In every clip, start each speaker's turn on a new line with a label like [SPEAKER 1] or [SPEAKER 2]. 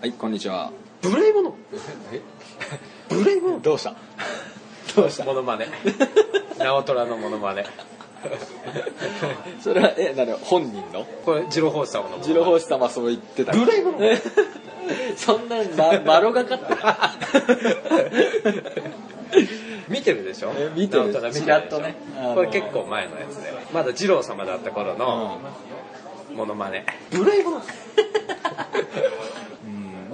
[SPEAKER 1] はいこんにちは
[SPEAKER 2] 無礼者無礼者
[SPEAKER 3] どうした どうした
[SPEAKER 2] モノマネ直虎のモノマネ
[SPEAKER 3] それはえなる本人の
[SPEAKER 2] これ二郎法師様のモノマネ
[SPEAKER 3] 次郎法師様はそう言ってた
[SPEAKER 2] 無礼者
[SPEAKER 3] そんなま丸がかった
[SPEAKER 2] 見てるでしょ
[SPEAKER 3] え見てる
[SPEAKER 2] 直虎見てるでしょ
[SPEAKER 3] ちらっとねあの
[SPEAKER 2] これ結構前のやつでまだ二郎様だった頃のモノマネ
[SPEAKER 3] 無礼 者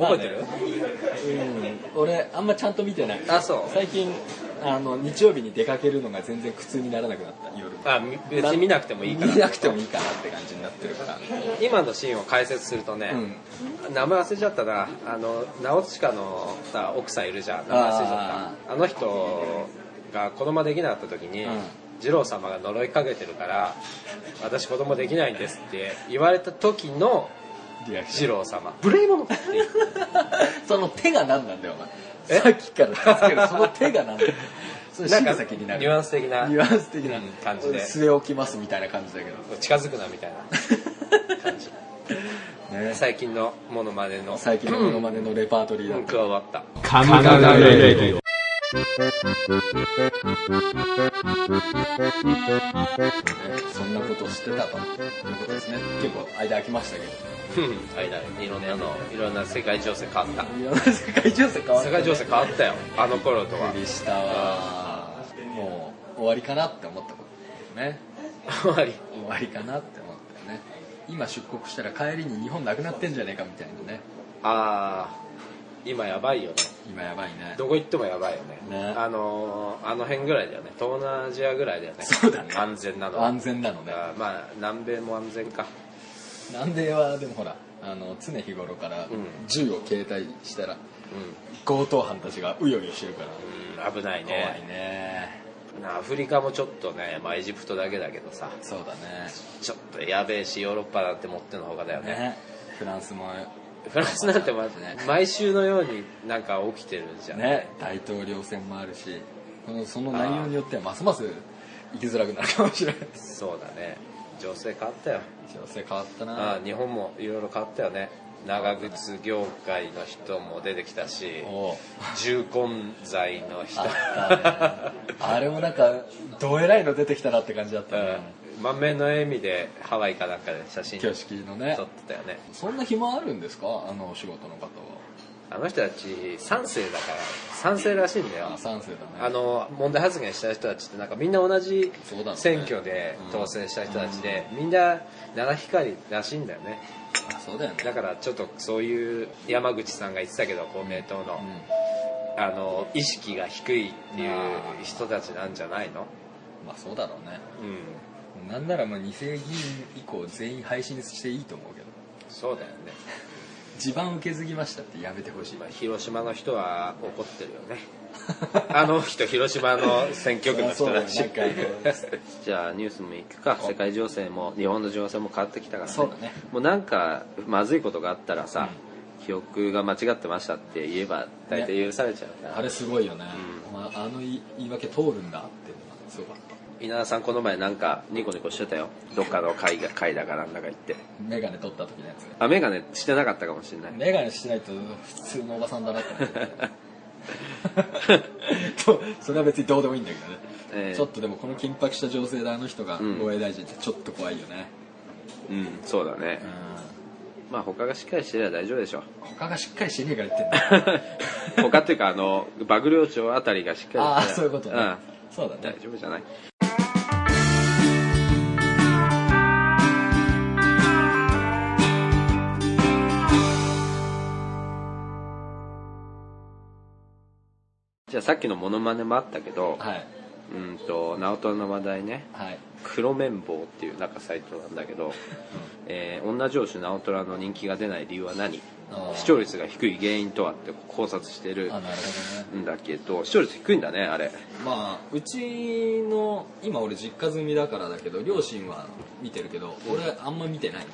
[SPEAKER 2] 覚えてる
[SPEAKER 3] うん、俺あんまちゃんと見てない
[SPEAKER 2] あそう
[SPEAKER 3] 最近あの日曜日に出かけるのが全然苦痛にならなくなった夜
[SPEAKER 2] あみ別に見なくてもいいか
[SPEAKER 3] 見な
[SPEAKER 2] ら
[SPEAKER 3] くてもいいかなって感じになってるから
[SPEAKER 2] 今のシーンを解説するとね
[SPEAKER 3] うん
[SPEAKER 2] 名前忘れちゃったなあの直近のさ奥さんいるじゃん名前忘れちゃったあの人が子供できなかった時に、
[SPEAKER 3] うん
[SPEAKER 2] 二郎様が呪いかけてるから私子供できないんですって言われた時の
[SPEAKER 3] リアクシ
[SPEAKER 2] 二
[SPEAKER 3] ョン
[SPEAKER 2] 郎様無礼者
[SPEAKER 3] その手が何なんだよお前
[SPEAKER 2] え
[SPEAKER 3] さっきから助けどその手が何なんだ よそれ
[SPEAKER 2] なん
[SPEAKER 3] 真
[SPEAKER 2] か
[SPEAKER 3] の先になる
[SPEAKER 2] ニュアンス的な
[SPEAKER 3] ニュアンス的な
[SPEAKER 2] うん感じで
[SPEAKER 3] 据え置きますみたいな感じだけど
[SPEAKER 2] 近づくなみたいな感じ
[SPEAKER 3] ね
[SPEAKER 2] 最近のモノマネの
[SPEAKER 3] 最近のモノマネのレパートリーだ
[SPEAKER 2] う
[SPEAKER 3] と
[SPEAKER 2] ん加わった
[SPEAKER 1] カムカムレディオ
[SPEAKER 3] そんなことをしてたということですね結構間空きましたけど
[SPEAKER 2] うん間にいろんなのいろんな世界情勢変わった
[SPEAKER 3] いや世界情勢変わっ
[SPEAKER 2] 世
[SPEAKER 3] た
[SPEAKER 2] 界情勢変わったよあの頃とは
[SPEAKER 3] びっくりしたわもう終わりかなって思ったことね
[SPEAKER 2] あまり
[SPEAKER 3] 終わりかなって思ったよね今出国したら帰りに日本なくなってんじゃねえかみたいなね
[SPEAKER 2] ああ今やばいよね
[SPEAKER 3] 今やばいね
[SPEAKER 2] どこ行ってもやばいよね
[SPEAKER 3] ね
[SPEAKER 2] あのーあの辺ぐらいだよね東南アジアぐらいだよね
[SPEAKER 3] そうだね
[SPEAKER 2] 安全なの
[SPEAKER 3] 安全なのね
[SPEAKER 2] あーまあ南米も安全か
[SPEAKER 3] 南米はでもほらあの常日頃から
[SPEAKER 2] うん
[SPEAKER 3] 銃を携帯したら
[SPEAKER 2] う
[SPEAKER 3] 強盗犯たちがうようよしてるから
[SPEAKER 2] ん、うん、危ない
[SPEAKER 3] 怖
[SPEAKER 2] ね
[SPEAKER 3] いね
[SPEAKER 2] アフリカもちょっとね、まあ、エジプトだけだけどさ
[SPEAKER 3] そうだね
[SPEAKER 2] ちょっとやべえしヨーロッパだってもってのほかだよね
[SPEAKER 3] ねフランスも
[SPEAKER 2] フランスなんて、まあ
[SPEAKER 3] ね
[SPEAKER 2] 毎週のようになんか起きてるじゃん、
[SPEAKER 3] ね大統領選もあるしこのその内容によってはますます生きづらくなるかもしれない
[SPEAKER 2] そうだね情勢変わったよ
[SPEAKER 3] 情勢変わったな
[SPEAKER 2] ああ日本もいろいろ変わったよね長靴業界の人も出てきたし
[SPEAKER 3] おう
[SPEAKER 2] 重婚罪の人
[SPEAKER 3] あったねあれもなんかどえらいの出てきたなって感じだったね
[SPEAKER 2] うん満面の笑みでハワイかなんかで写真撮
[SPEAKER 3] 挙
[SPEAKER 2] っ
[SPEAKER 3] 式のね
[SPEAKER 2] てたよね
[SPEAKER 3] そんな暇あるんですかあのお仕事の方は
[SPEAKER 2] あの人たち3世だから3世らしいんだよ
[SPEAKER 3] あ賛成
[SPEAKER 2] あ
[SPEAKER 3] だね
[SPEAKER 2] の問題発言した人たちってなんかみんな同じ
[SPEAKER 3] そうだろうね
[SPEAKER 2] 選挙で当選した人たちで、みんな七光らしいんだよね
[SPEAKER 3] あそうだよね
[SPEAKER 2] だからちょっとそういう山口さんが言ってたけど公明党の
[SPEAKER 3] う、ん
[SPEAKER 2] あの意識が低いっていう人たちなんじゃないの
[SPEAKER 3] まあそうだろうね
[SPEAKER 2] うん
[SPEAKER 3] なんならまあ2世議員以降全員配信していいと思うけど
[SPEAKER 2] そうだよね、
[SPEAKER 3] 地盤受け継ぎましたってやめてほしい
[SPEAKER 2] まあ、広島の人は怒ってるよね あの人広島の選挙区の人 た
[SPEAKER 3] そ
[SPEAKER 2] ち
[SPEAKER 3] うだよねなんか
[SPEAKER 2] じゃあニュースも行くか世界情勢も日本の情勢も変わってきたから、ね、
[SPEAKER 3] そうだね
[SPEAKER 2] もうなんかまずいことがあったらさ、記憶が間違ってましたって言えば大体許されちゃうから、
[SPEAKER 3] あれすごいよね、まあ、あのい言い訳通るんだっていうのがすごかった
[SPEAKER 2] 稲田さんこの前なんかニコニコしてたよどっかの会が会だかなんだか行って
[SPEAKER 3] メガネ取った時のやつね
[SPEAKER 2] あメガネしてなかったかもしれない
[SPEAKER 3] メガネしてないと普通のおばさんだなってなっちゃう とそれは別にどうでもいいんだけどね、
[SPEAKER 2] ええ
[SPEAKER 3] ちょっとでもこの緊迫した情勢であの人が
[SPEAKER 2] ん
[SPEAKER 3] 防衛大臣ってちょっと怖いよね、
[SPEAKER 2] うんそうだね
[SPEAKER 3] うん、
[SPEAKER 2] まあ他がしっかりしてれば大丈夫でしょ
[SPEAKER 3] 他がしっかりしてねえから言ってんだ
[SPEAKER 2] う他っていうかあのバグ領長あたりがしっかりし
[SPEAKER 3] ああそ
[SPEAKER 2] てれば
[SPEAKER 3] ういうことね、
[SPEAKER 2] ん、
[SPEAKER 3] そうだね
[SPEAKER 2] 大丈夫じゃないじゃあさっきのモノマネもあったけど、
[SPEAKER 3] はい
[SPEAKER 2] うんと直人の話題ね
[SPEAKER 3] はい
[SPEAKER 2] 黒綿棒っていうなんかサイトなんだけど、えー女上司直虎の人気が出ない理由は何
[SPEAKER 3] あー
[SPEAKER 2] 視聴率が低い原因とはって考察して
[SPEAKER 3] あ
[SPEAKER 2] る
[SPEAKER 3] なるほどね
[SPEAKER 2] んだけど視聴率低いんだねあれ
[SPEAKER 3] まあうちの今俺実家住みだからだけど両親は見てるけど俺あんま見てないね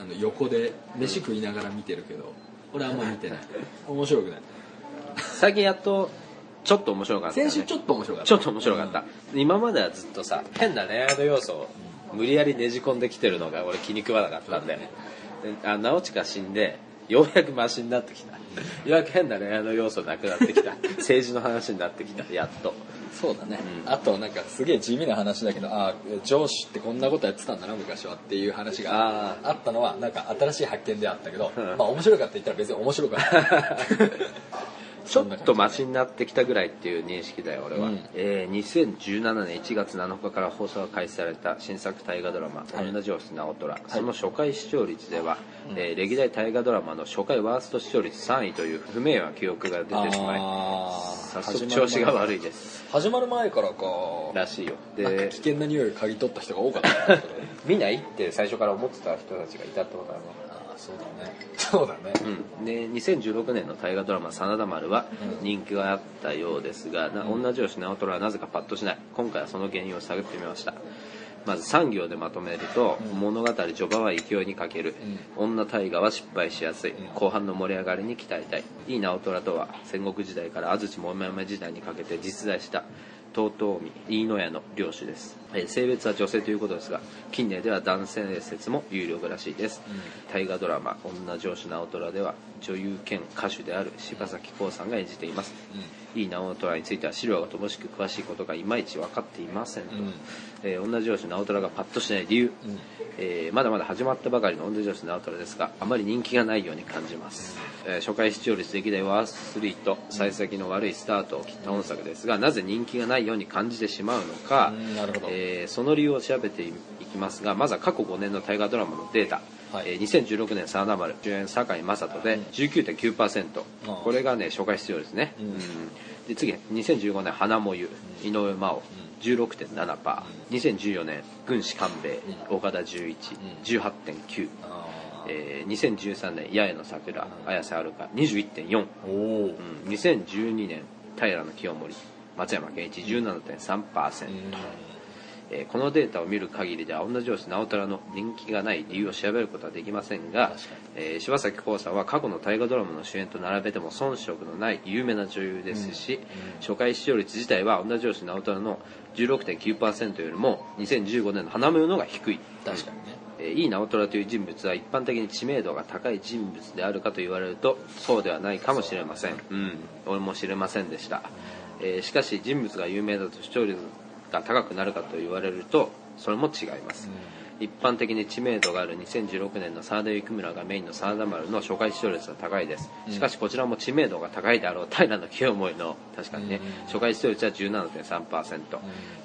[SPEAKER 3] あの横で飯食いながら見てるけど俺あんま見てない面白くない
[SPEAKER 2] 最近やっとちょっと面白かった、ね、
[SPEAKER 3] 先週ちょっと面白かった
[SPEAKER 2] ちょっと面白かった、今まではずっとさ変な恋愛の要素を無理やりねじ込んできてるのが俺気に食わなかったんだよねであ直近死んでようやくマシになってきたようやく変な恋愛の要素なくなって きた政治の話になってきたやっと
[SPEAKER 4] そうだね、
[SPEAKER 2] うん
[SPEAKER 4] あとなんかすげえ地味な話だけどああ上司ってこんなことやってたんだな昔はっていう話が
[SPEAKER 2] あ
[SPEAKER 4] あったのはなんか新しい発見であったけど、
[SPEAKER 2] うん
[SPEAKER 4] まあ面白かった言ったら別に面白くはない
[SPEAKER 2] ちょっとマシになってきたぐらいっていう認識だよ俺は、
[SPEAKER 4] うん
[SPEAKER 2] えー2017年1月7日から放送が開始された新作大河ドラマ「
[SPEAKER 4] はい
[SPEAKER 2] 女上司直虎」その初回視聴率では、えー歴代大河ドラマの初回ワースト視聴率3位という不名誉な記憶 が出てしまい
[SPEAKER 4] あ
[SPEAKER 2] 早速調子が悪いです
[SPEAKER 4] 始まる前からから
[SPEAKER 2] しいよ
[SPEAKER 4] なんか
[SPEAKER 2] で
[SPEAKER 4] 危険な匂いを嗅ぎ取った人が多かったんだけど
[SPEAKER 2] 見ないって最初から思ってた人たちがいたってことだね
[SPEAKER 4] ああそうだねそうだね、
[SPEAKER 2] うん、で2016年の大河ドラマ「真田丸」は人気があったようですが、な女上司直虎はなぜかパッとしない今回はその原因を探ってみましたまず3行でまとめると、物語序盤は勢いに欠ける、女大河は失敗しやすい、後半の盛り上がりに期待たいいい直虎とは戦国時代から安土桃山時代にかけて実在した遠江飯野屋の領主です、えー性別は女性ということですが近年では男性説も有力らしいです、大河ドラマ「女上司直虎」では女優兼歌手である柴咲コウさんが演じています、いい直虎については資料が乏しく詳しいことがいまいち分かっていませんと、
[SPEAKER 4] ん
[SPEAKER 2] えー女上司直虎がパッとしない理由、えーまだまだ始まったばかりの女上司直虎ですがあまり人気がないように感じます、えー初回視聴率歴代ワースト3と幸先の悪いスタートを切った本作ですがなぜ人気がないように感じてしまうのか、
[SPEAKER 4] うんなるほど
[SPEAKER 2] えーその理由を調べていきますがまずは過去5年の大河ドラマのデータ、
[SPEAKER 4] はい
[SPEAKER 2] えー2016年真田丸主演堺雅人で19.9%、
[SPEAKER 4] ああ
[SPEAKER 2] これがね初回出場ですね、
[SPEAKER 4] うん
[SPEAKER 2] うんで次2015年花もゆ井上真央16.7%、2014年軍師官兵衛岡田准一18.9%、
[SPEAKER 4] あ
[SPEAKER 2] えー2013年八重の桜、綾瀬はるか21.4%、
[SPEAKER 4] ーおお、
[SPEAKER 2] うん2012年平清盛松山ケンイチ17.3%、えーこのデータを見る限りでは女上司直虎の人気がない理由を調べることはできませんが
[SPEAKER 4] 確かに、
[SPEAKER 2] えー柴咲コウさんは過去の大河ドラマの主演と並べても遜色のない有名な女優ですし、初回視聴率自体は女上司直虎の16.9%よりも2015年の花見のが低い
[SPEAKER 4] 確かにね
[SPEAKER 2] えー井伊直虎という人物は一般的に知名度が高い人物であるかと言われるとそうではないかもしれませんうん俺も知れませんでした、えーしかし人物が有名だと視聴率が高くなるかと言われるとそれも違います、一般的に知名度がある2016年の真田幸村がメインの真田丸の初回視聴率は高いですしかしこちらも知名度が高いであろう平清盛の確かにね初回視聴率は17.3%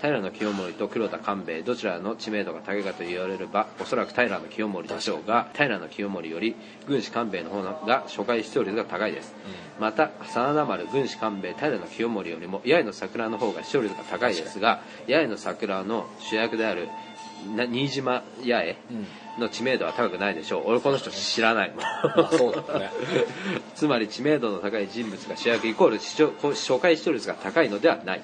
[SPEAKER 2] 平清盛と黒田官兵衛どちらの知名度が高いかと言われればおそらく平清盛でしょうが平清盛より軍師官兵衛の方が初回視聴率が高いですまた真田丸軍師官兵衛平清盛よりも八重の桜の方が視聴率が高いですが八重の桜の主役であるな新島八重の知名度は高くないでしょう俺この人知らないもん
[SPEAKER 4] まあそうだね
[SPEAKER 2] つまり知名度の高い人物が主役イコール視聴初回視聴率が高いのではない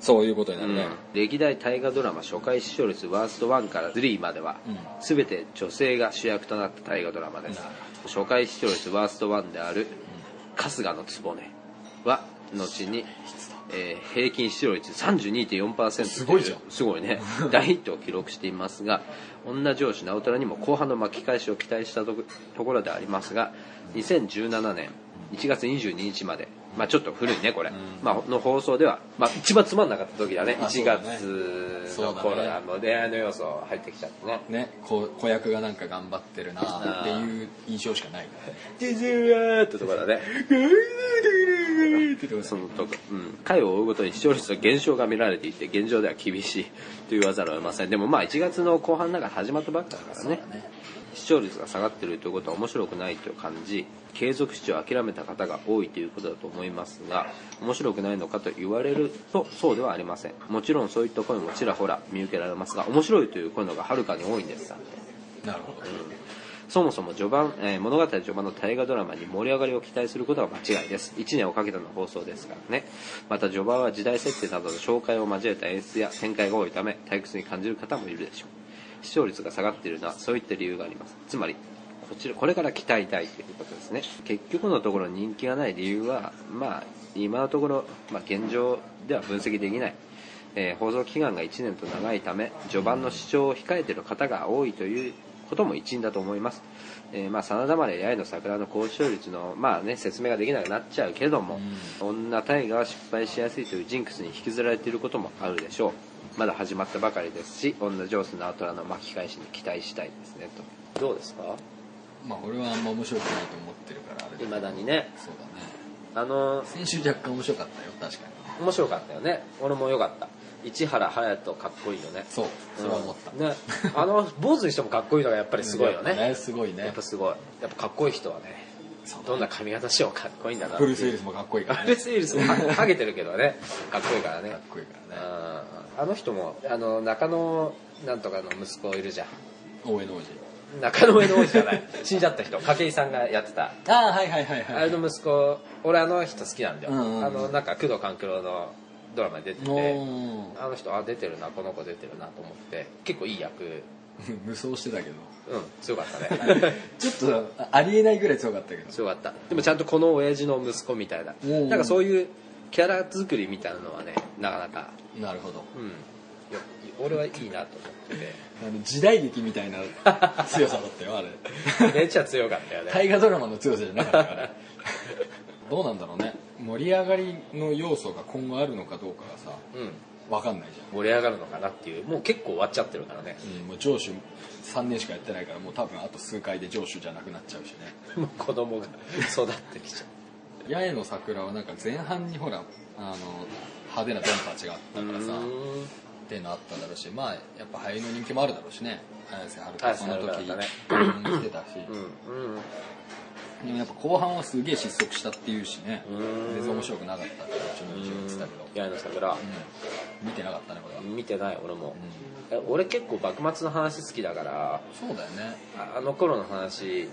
[SPEAKER 4] そういうことになるね、
[SPEAKER 2] 歴代大河ドラマ初回視聴率ワースト1から3までは、全て女性が主役となった大河ドラマです初回視聴率ワースト1である「春日の局」は後に、えー平均視聴率32.4%
[SPEAKER 4] すごいじゃん
[SPEAKER 2] とうすごい ね大ヒットを記録していますが女上司直虎にも後半の巻き返しを期待したとこところでありますが2017年1月22日までまあちょっと古いねこれ、まあの放送では、まあ、一番つまんなかった時だね
[SPEAKER 4] あ
[SPEAKER 2] 1月
[SPEAKER 4] そうだ
[SPEAKER 2] の
[SPEAKER 4] ね
[SPEAKER 2] 頃あの恋愛の要素入ってきちゃってね
[SPEAKER 4] ねこう子役がなんか頑張ってるなっていう印象しかない
[SPEAKER 2] ジジューってとこだね
[SPEAKER 4] って
[SPEAKER 2] そのとこ、うん、回を追うごとに視聴率の減少が見られていて現状では厳しいと言わざるを得ませんでもまあ1月の後半なんか始まったばっかだからね視聴率が下がってるということは面白くないと感じ継続視聴を諦めた方が多いということだと思いますが面白くないのかと言われるとそうではありませんもちろんそういった声もちらほら見受けられますが面白いという声の方がはるかに多いんですだって
[SPEAKER 4] なるほど
[SPEAKER 2] そもそも序盤、えー物語序盤の大河ドラマに盛り上がりを期待することは間違いです1年をかけての放送ですからねまた序盤は時代設定などの紹介を交えた演出や展開が多いため退屈に感じる方もいるでしょう視聴率が下がっているのはそういった理由がありますつまりこちらこれから期待大ということですね結局のところ人気がない理由はまあ今のところ、まあ、現状では分析できないえー放送期間が1年と長いため序盤の視聴を控えている方が多いということも一因だと思います、えーまあ、真田丸や八重の桜の高視聴率の、まあね、説明ができなくなっちゃうけども、女大河は失敗しやすいというジンクスに引きずられていることもあるでしょうまだ始まったばかりですし女上手のアトラの巻き返しに期待したいですねとどうですか
[SPEAKER 3] まあ俺はあんま面白くないと思ってるからあれ
[SPEAKER 2] い
[SPEAKER 3] けど
[SPEAKER 2] まだにね
[SPEAKER 3] そうだね
[SPEAKER 2] あの
[SPEAKER 3] 先週若干面白かったよ確かに
[SPEAKER 2] 面白かったよね俺も良かった市原隼人かっこいいよね
[SPEAKER 3] そうそれは思った、
[SPEAKER 2] うんね、あの坊主にしてもかっこいいのがやっぱりすごいよね
[SPEAKER 3] すごいね
[SPEAKER 2] やっぱすごいやっぱかっこいい人はね
[SPEAKER 3] そう
[SPEAKER 2] どんな髪型してもかっこいいんだな
[SPEAKER 3] ブルース・ウィルスもかっこいいから
[SPEAKER 2] ブ
[SPEAKER 3] ね
[SPEAKER 2] ルース・ウィルスもはハゲてるけどねかっこいいからね
[SPEAKER 3] かっこいいからね
[SPEAKER 2] うんあの人もあの中野なんとかの息子いるじゃん
[SPEAKER 3] 大江の王子
[SPEAKER 2] 中野上の王子じ ゃない死んじゃった人筧さんがやってた
[SPEAKER 3] ああはいはいはい
[SPEAKER 2] あれの息子俺あの人好きなんだよ、
[SPEAKER 3] うんうんうん
[SPEAKER 2] あのなんか工藤官九郎のドラマに出てて
[SPEAKER 3] も
[SPEAKER 2] あの人あ出てるなこの子出てるなと思って結構いい役うん
[SPEAKER 3] う 無双してたけど
[SPEAKER 2] 強かったね
[SPEAKER 3] ちょっとあありえないぐらい強かったけど
[SPEAKER 2] 強かったでもちゃんとこの親父の息子みたいな
[SPEAKER 3] おー
[SPEAKER 2] なんかそういうキャラ作りみたいなのはねなかなか
[SPEAKER 3] なるほど
[SPEAKER 2] うんよ俺はいいなと思ってて
[SPEAKER 3] あの時代劇みたいな強さだったよあれ
[SPEAKER 2] めっちゃ強かったよ ね
[SPEAKER 3] 大河ドラマの強さじゃなかったから どうなんだろうね盛り上がりの要素が今後あるのかどうかがさ
[SPEAKER 2] うん
[SPEAKER 3] 分かんないじゃ
[SPEAKER 2] 盛り上がるのかなっていうもう結構終わっちゃってるからね
[SPEAKER 3] ん、うん、もう上手3年しかやってないからもう多分あと数回で上手じゃなくなっちゃうしね
[SPEAKER 2] もう子供が育ってきちゃ
[SPEAKER 3] 八重の桜はなんか前半にほらあの派手なドンパチがあった
[SPEAKER 2] う
[SPEAKER 3] からさ
[SPEAKER 2] うん
[SPEAKER 3] っていうのあっただろうしまあやっぱ俳優の人気もあるだろうしね綾瀬はるか
[SPEAKER 2] 綾瀬
[SPEAKER 3] そ
[SPEAKER 2] は
[SPEAKER 3] の
[SPEAKER 2] るかだっ
[SPEAKER 3] 時
[SPEAKER 2] たね
[SPEAKER 3] 来てたし、
[SPEAKER 2] うん
[SPEAKER 3] でもやっぱ後半はすげえ失速したっていうしね
[SPEAKER 2] うん
[SPEAKER 3] 全然面白くなかったってうちの父親言ってたけど、
[SPEAKER 2] 八重の桜
[SPEAKER 3] うん見てなかったねこれは、
[SPEAKER 2] 見てない俺もえ俺結構幕末の話好きだから
[SPEAKER 3] そうだよね
[SPEAKER 2] ああの頃の話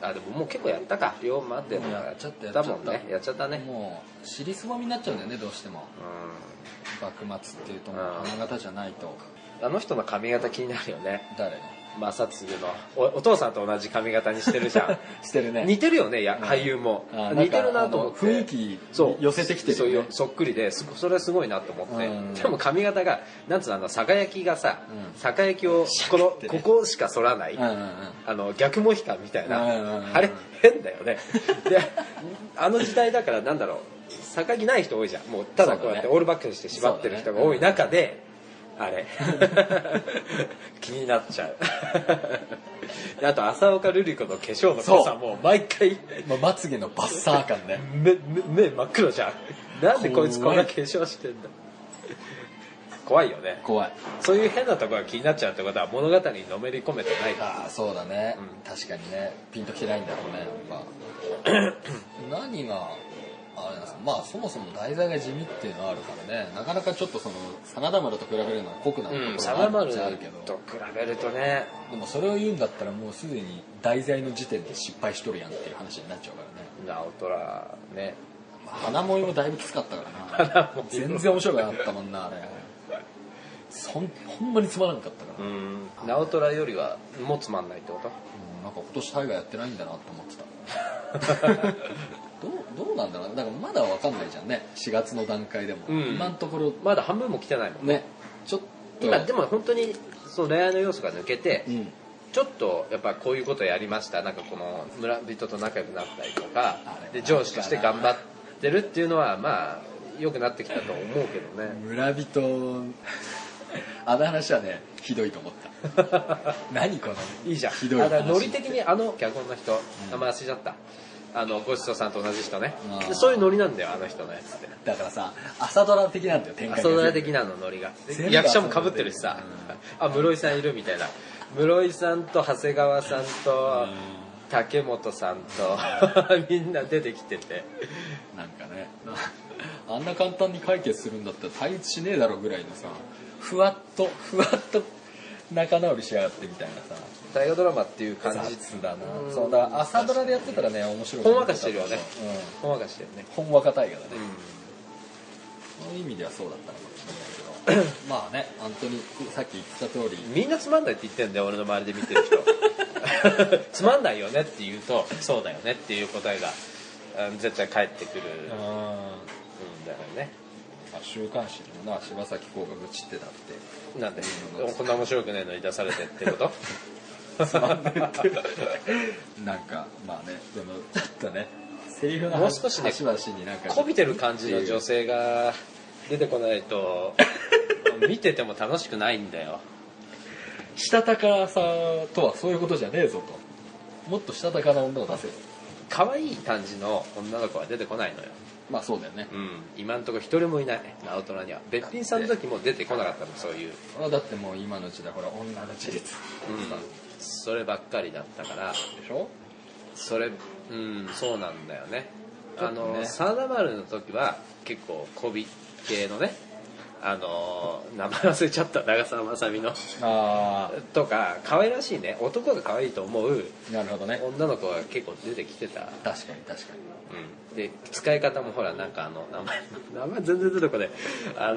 [SPEAKER 2] あでももう結構やったか龍馬って
[SPEAKER 3] もうやっちゃった
[SPEAKER 2] やったもん
[SPEAKER 3] やっちゃ
[SPEAKER 2] ね
[SPEAKER 3] った
[SPEAKER 2] やっちゃったね
[SPEAKER 3] もう尻すぼみになっちゃうんだよねどうしても
[SPEAKER 2] う
[SPEAKER 3] 幕末っていうともう花形じゃないと
[SPEAKER 2] んあの人の髪型気になるよね
[SPEAKER 3] 誰の
[SPEAKER 2] 正次のおお父さんと同じ髪型にしてるじゃん
[SPEAKER 3] して るね
[SPEAKER 2] 似てるよねや
[SPEAKER 3] うん
[SPEAKER 2] 俳優も
[SPEAKER 3] あ
[SPEAKER 2] 似てるなと思って
[SPEAKER 3] なんかあの雰囲気
[SPEAKER 2] そう
[SPEAKER 3] 寄せてきてるよね
[SPEAKER 2] そうそっくりですそれはすごいなと思って
[SPEAKER 3] うん
[SPEAKER 2] でも髪型がなんつうのあの輝きがさ
[SPEAKER 3] うん
[SPEAKER 2] 輝きをこの
[SPEAKER 3] て
[SPEAKER 2] こ
[SPEAKER 3] ね
[SPEAKER 2] こしか剃らない
[SPEAKER 3] うんうんうん
[SPEAKER 2] あの逆モヒカンみたい
[SPEAKER 3] うんうんうんうん
[SPEAKER 2] なあれ変だよねであの時代だからなんだろう逆着ない人多いじゃんもうただこうやって
[SPEAKER 3] そうだ
[SPEAKER 2] オ
[SPEAKER 3] ね
[SPEAKER 2] ールバックにして縛ってる人が多い中で、あれ 気になっちゃうであと浅岡瑠璃子の化粧の濃さ
[SPEAKER 3] そう
[SPEAKER 2] もう毎回
[SPEAKER 3] まあまつげのバッサー感ね
[SPEAKER 2] 目目目真っ黒じゃんなんでこいつこんな化粧してんだ怖いよね
[SPEAKER 3] 怖い
[SPEAKER 2] そういう変なところが気になっちゃうってことは物語にのめり込めてないから
[SPEAKER 3] ああそうだね、
[SPEAKER 2] う
[SPEAKER 3] 確かにねピンときてないんだろうねやっぱ 何があれなんですかまあそもそも題材が地味っていうのはあるからねなかなかちょっとその真田丸と比べるのは酷なとこ
[SPEAKER 2] うん、
[SPEAKER 3] ろ
[SPEAKER 2] サダ
[SPEAKER 3] があ
[SPEAKER 2] マ
[SPEAKER 3] るっ
[SPEAKER 2] ル
[SPEAKER 3] ち
[SPEAKER 2] と
[SPEAKER 3] ゃあ
[SPEAKER 2] 比
[SPEAKER 3] るけど、
[SPEAKER 2] べるとね
[SPEAKER 3] でもそれを言うんだったらもうすでに題材の時点で失敗しとるやんっていう話になっちゃうからね、
[SPEAKER 2] なおとらね
[SPEAKER 3] まあ、花萌えもだいぶきつかったからな全然面白くなかったもんなあれそんほんまにつまらんかったから、うん
[SPEAKER 2] んなおとらよりはもうつまんないってこと
[SPEAKER 3] なんか今年大河やってないんだなと思ってた どうどうなんだろうだからまだわかんないじゃんね4月の段階でも、
[SPEAKER 2] うん
[SPEAKER 3] 今のところ
[SPEAKER 2] まだ半分も来てないもんね
[SPEAKER 3] ねちょっと
[SPEAKER 2] 今でも本当にその恋愛の要素が抜けて、
[SPEAKER 3] うん
[SPEAKER 2] ちょっとやっぱこういうことやりましたなんかこの村人と仲良くなったりとか
[SPEAKER 3] あれ
[SPEAKER 2] で上司として頑張ってるっていうのはまあ良くなってきたと思うけどね
[SPEAKER 3] 村人あの話はねひどいと思った 何この
[SPEAKER 2] いいじゃん
[SPEAKER 3] ひどい
[SPEAKER 2] あ
[SPEAKER 3] 話
[SPEAKER 2] だからノリ的にあの脚本の人名前忘れちゃったあのごちそうさんと同じ人ねでそういうノリなんだよあの人のやつって
[SPEAKER 3] だからさ朝ドラ的なんだよ展開が
[SPEAKER 2] 朝ドラ的なのノリが
[SPEAKER 3] 全部
[SPEAKER 2] 役者もかぶってるしさ、あ室井さんいるみたいな室井さんと長谷川さんと竹本さんと みんな出てきてて
[SPEAKER 3] なんかねあんな簡単に解決するんだったら対立しねえだろぐらいのさふわっとふわっと仲直りしやがってみたいなさ
[SPEAKER 2] 大河ドラマっていう感じ
[SPEAKER 3] 雑だなそうだから朝ドラでやってたらね面白い
[SPEAKER 2] ほんわかしてるよね
[SPEAKER 3] う
[SPEAKER 2] ほんわかしてるね
[SPEAKER 3] ん、ほんわか大河だね、
[SPEAKER 2] う
[SPEAKER 3] そういう意味ではそうだったのかもしれないけど まあね本当にさっき言ってた通り
[SPEAKER 2] んみんなつまんないって言ってんだよ俺の周りで見てる人 つまんないよねって言うとそうだよねっていう答えがうん絶対返ってくるんだよね
[SPEAKER 3] 週刊誌でもな柴咲コウが愚痴ってたって
[SPEAKER 2] なんでこんな面白くねえのに出されてってこと
[SPEAKER 3] つまんねえってなんかまあねでもちょっとねセリフの
[SPEAKER 2] もう少しね
[SPEAKER 3] 端々になんか
[SPEAKER 2] こびてる感じの女性が出てこな いと見てても楽しくないんだよ
[SPEAKER 3] したたかさとはそういうことじゃねえぞともっとしたたかな女を出せ
[SPEAKER 2] 可愛い感じの女の子は出てこないのよ
[SPEAKER 3] まあそうだよね
[SPEAKER 2] うん今んとこ一人もいない大人にはべっぴんさんの時も出てこなかったのそういう、
[SPEAKER 3] あだってもう今の時代ほら女の自立
[SPEAKER 2] そればっかりだったから
[SPEAKER 3] でしょ
[SPEAKER 2] それうんそうなんだよね
[SPEAKER 3] ちょ
[SPEAKER 2] あ
[SPEAKER 3] っとね
[SPEAKER 2] の真田丸の時は結構こび系のねあの名前忘れちゃった長澤まさみの
[SPEAKER 3] あ
[SPEAKER 2] とか可愛らしいね男が可愛いと思う
[SPEAKER 3] あなるほどね
[SPEAKER 2] 女の子が結構出てきてた、
[SPEAKER 3] 確かに確かに
[SPEAKER 2] うん、で使い方もほらなんかあの名前名前全然出てこないあ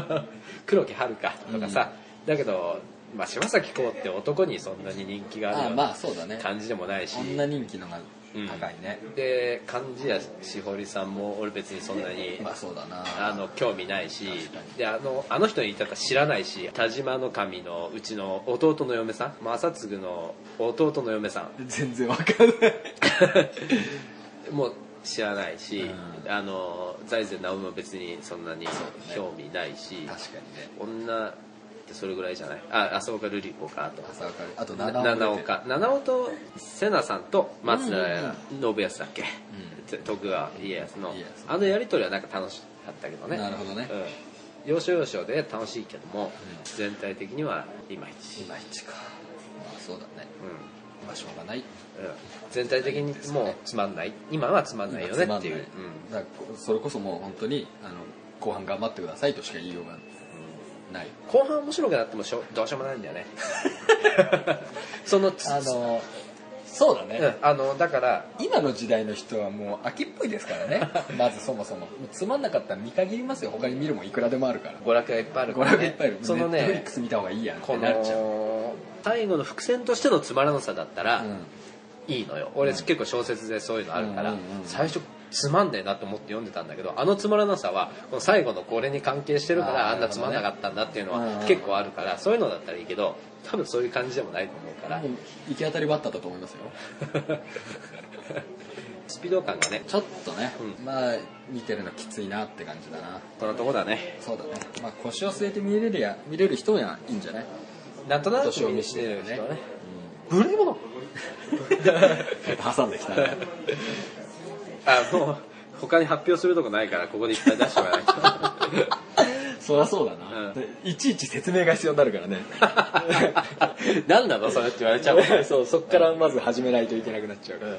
[SPEAKER 2] の 黒木遥香とかさ、だけど、まあ、柴咲コウって男にそんなに人気がある
[SPEAKER 3] あ
[SPEAKER 2] よ
[SPEAKER 3] あ
[SPEAKER 2] う
[SPEAKER 3] まあ
[SPEAKER 2] な
[SPEAKER 3] そうだね
[SPEAKER 2] 感じでもないし、
[SPEAKER 3] 女人気のが高いね、
[SPEAKER 2] で漢字やしほりさんも俺別にそんなに
[SPEAKER 3] まあそうだな
[SPEAKER 2] あの興味ないし
[SPEAKER 3] 確かに
[SPEAKER 2] であのあの人に言い方知らないし田島の神のうちの弟の嫁さん正次の弟の嫁さん
[SPEAKER 3] 全然わかんない
[SPEAKER 2] もう知らないし、
[SPEAKER 3] う
[SPEAKER 2] あの財前直美も別にそんなに
[SPEAKER 3] ね
[SPEAKER 2] 興味ないし、
[SPEAKER 3] 確かにね
[SPEAKER 2] 女ってそれぐらいじゃないあ浅岡瑠璃子かと
[SPEAKER 3] 朝岡あと
[SPEAKER 2] な
[SPEAKER 3] 七
[SPEAKER 2] 七尾か七尾と瀬名さんと松
[SPEAKER 3] うんう
[SPEAKER 2] 平信康だっけ、徳川家康の
[SPEAKER 3] 家康
[SPEAKER 2] あのやり取りはなんか楽しかったけどね
[SPEAKER 3] なるほどね
[SPEAKER 2] うん、要所要所で楽しいけども、全体的にはいまいち、
[SPEAKER 3] いまいちかまあそうだね
[SPEAKER 2] うん
[SPEAKER 3] まあしょうがない
[SPEAKER 2] うん、全体的にもうつまんない今はつまんないよねっていう、
[SPEAKER 3] つまんないだからそれこそもう本当にあの後半頑張ってくださいとしか言いようがない
[SPEAKER 2] 後半面白くなってもしょどうしようもないんだよねそのつ
[SPEAKER 3] のそうだね
[SPEAKER 2] うんあのだから
[SPEAKER 3] 今の時代の人はもう飽きっぽいです からねまずそもそもつまんなかったら見限りますよ他に見るもんいくらでもあるから
[SPEAKER 2] 娯楽がいっぱいある
[SPEAKER 3] 娯
[SPEAKER 2] から、
[SPEAKER 3] 楽いっぱいある
[SPEAKER 2] その
[SPEAKER 3] ネットフリッ
[SPEAKER 2] ね
[SPEAKER 3] クス見た方がいい やんっ
[SPEAKER 2] こ
[SPEAKER 3] てなっちゃう
[SPEAKER 2] の最後の伏線としてのつまらなさだったら、
[SPEAKER 3] うん
[SPEAKER 2] いいのよ俺結構小説でそういうのあるから、
[SPEAKER 3] うんうんうん
[SPEAKER 2] 最初つまんねえなと思って読んでたんだけどあのつまらなさはこの最後のこれに関係してるから
[SPEAKER 3] あー
[SPEAKER 2] あんなつまんなかったんだっていうの
[SPEAKER 3] なるほど
[SPEAKER 2] は
[SPEAKER 3] ね
[SPEAKER 2] 結構あるからそういうのだったらいいけど多分そういう感じでもないと思うから
[SPEAKER 3] もう行き当たりばっただと思いますよ
[SPEAKER 2] スピード感がね
[SPEAKER 3] ちょっとね、
[SPEAKER 2] うん
[SPEAKER 3] まあ見てるのきついなって感じだな
[SPEAKER 2] このとこだね
[SPEAKER 3] そうだねまあ腰を据えて見れるや見れる人にはいいんじゃない
[SPEAKER 2] なんとなく
[SPEAKER 3] 年を見
[SPEAKER 2] 見
[SPEAKER 3] せ
[SPEAKER 2] してて
[SPEAKER 3] る
[SPEAKER 2] る
[SPEAKER 3] よ
[SPEAKER 2] 人
[SPEAKER 3] ね
[SPEAKER 2] はねブレモノ
[SPEAKER 3] 挟んできたね
[SPEAKER 2] あもう他に発表するとこないからここでいっぱい出してもらわないと
[SPEAKER 3] そりゃそうだな、
[SPEAKER 2] う
[SPEAKER 3] いちいち説明が必要になるからね
[SPEAKER 2] 何 なのそれって言われちゃう
[SPEAKER 3] そうそっからまず始めないといけなくなっちゃうから、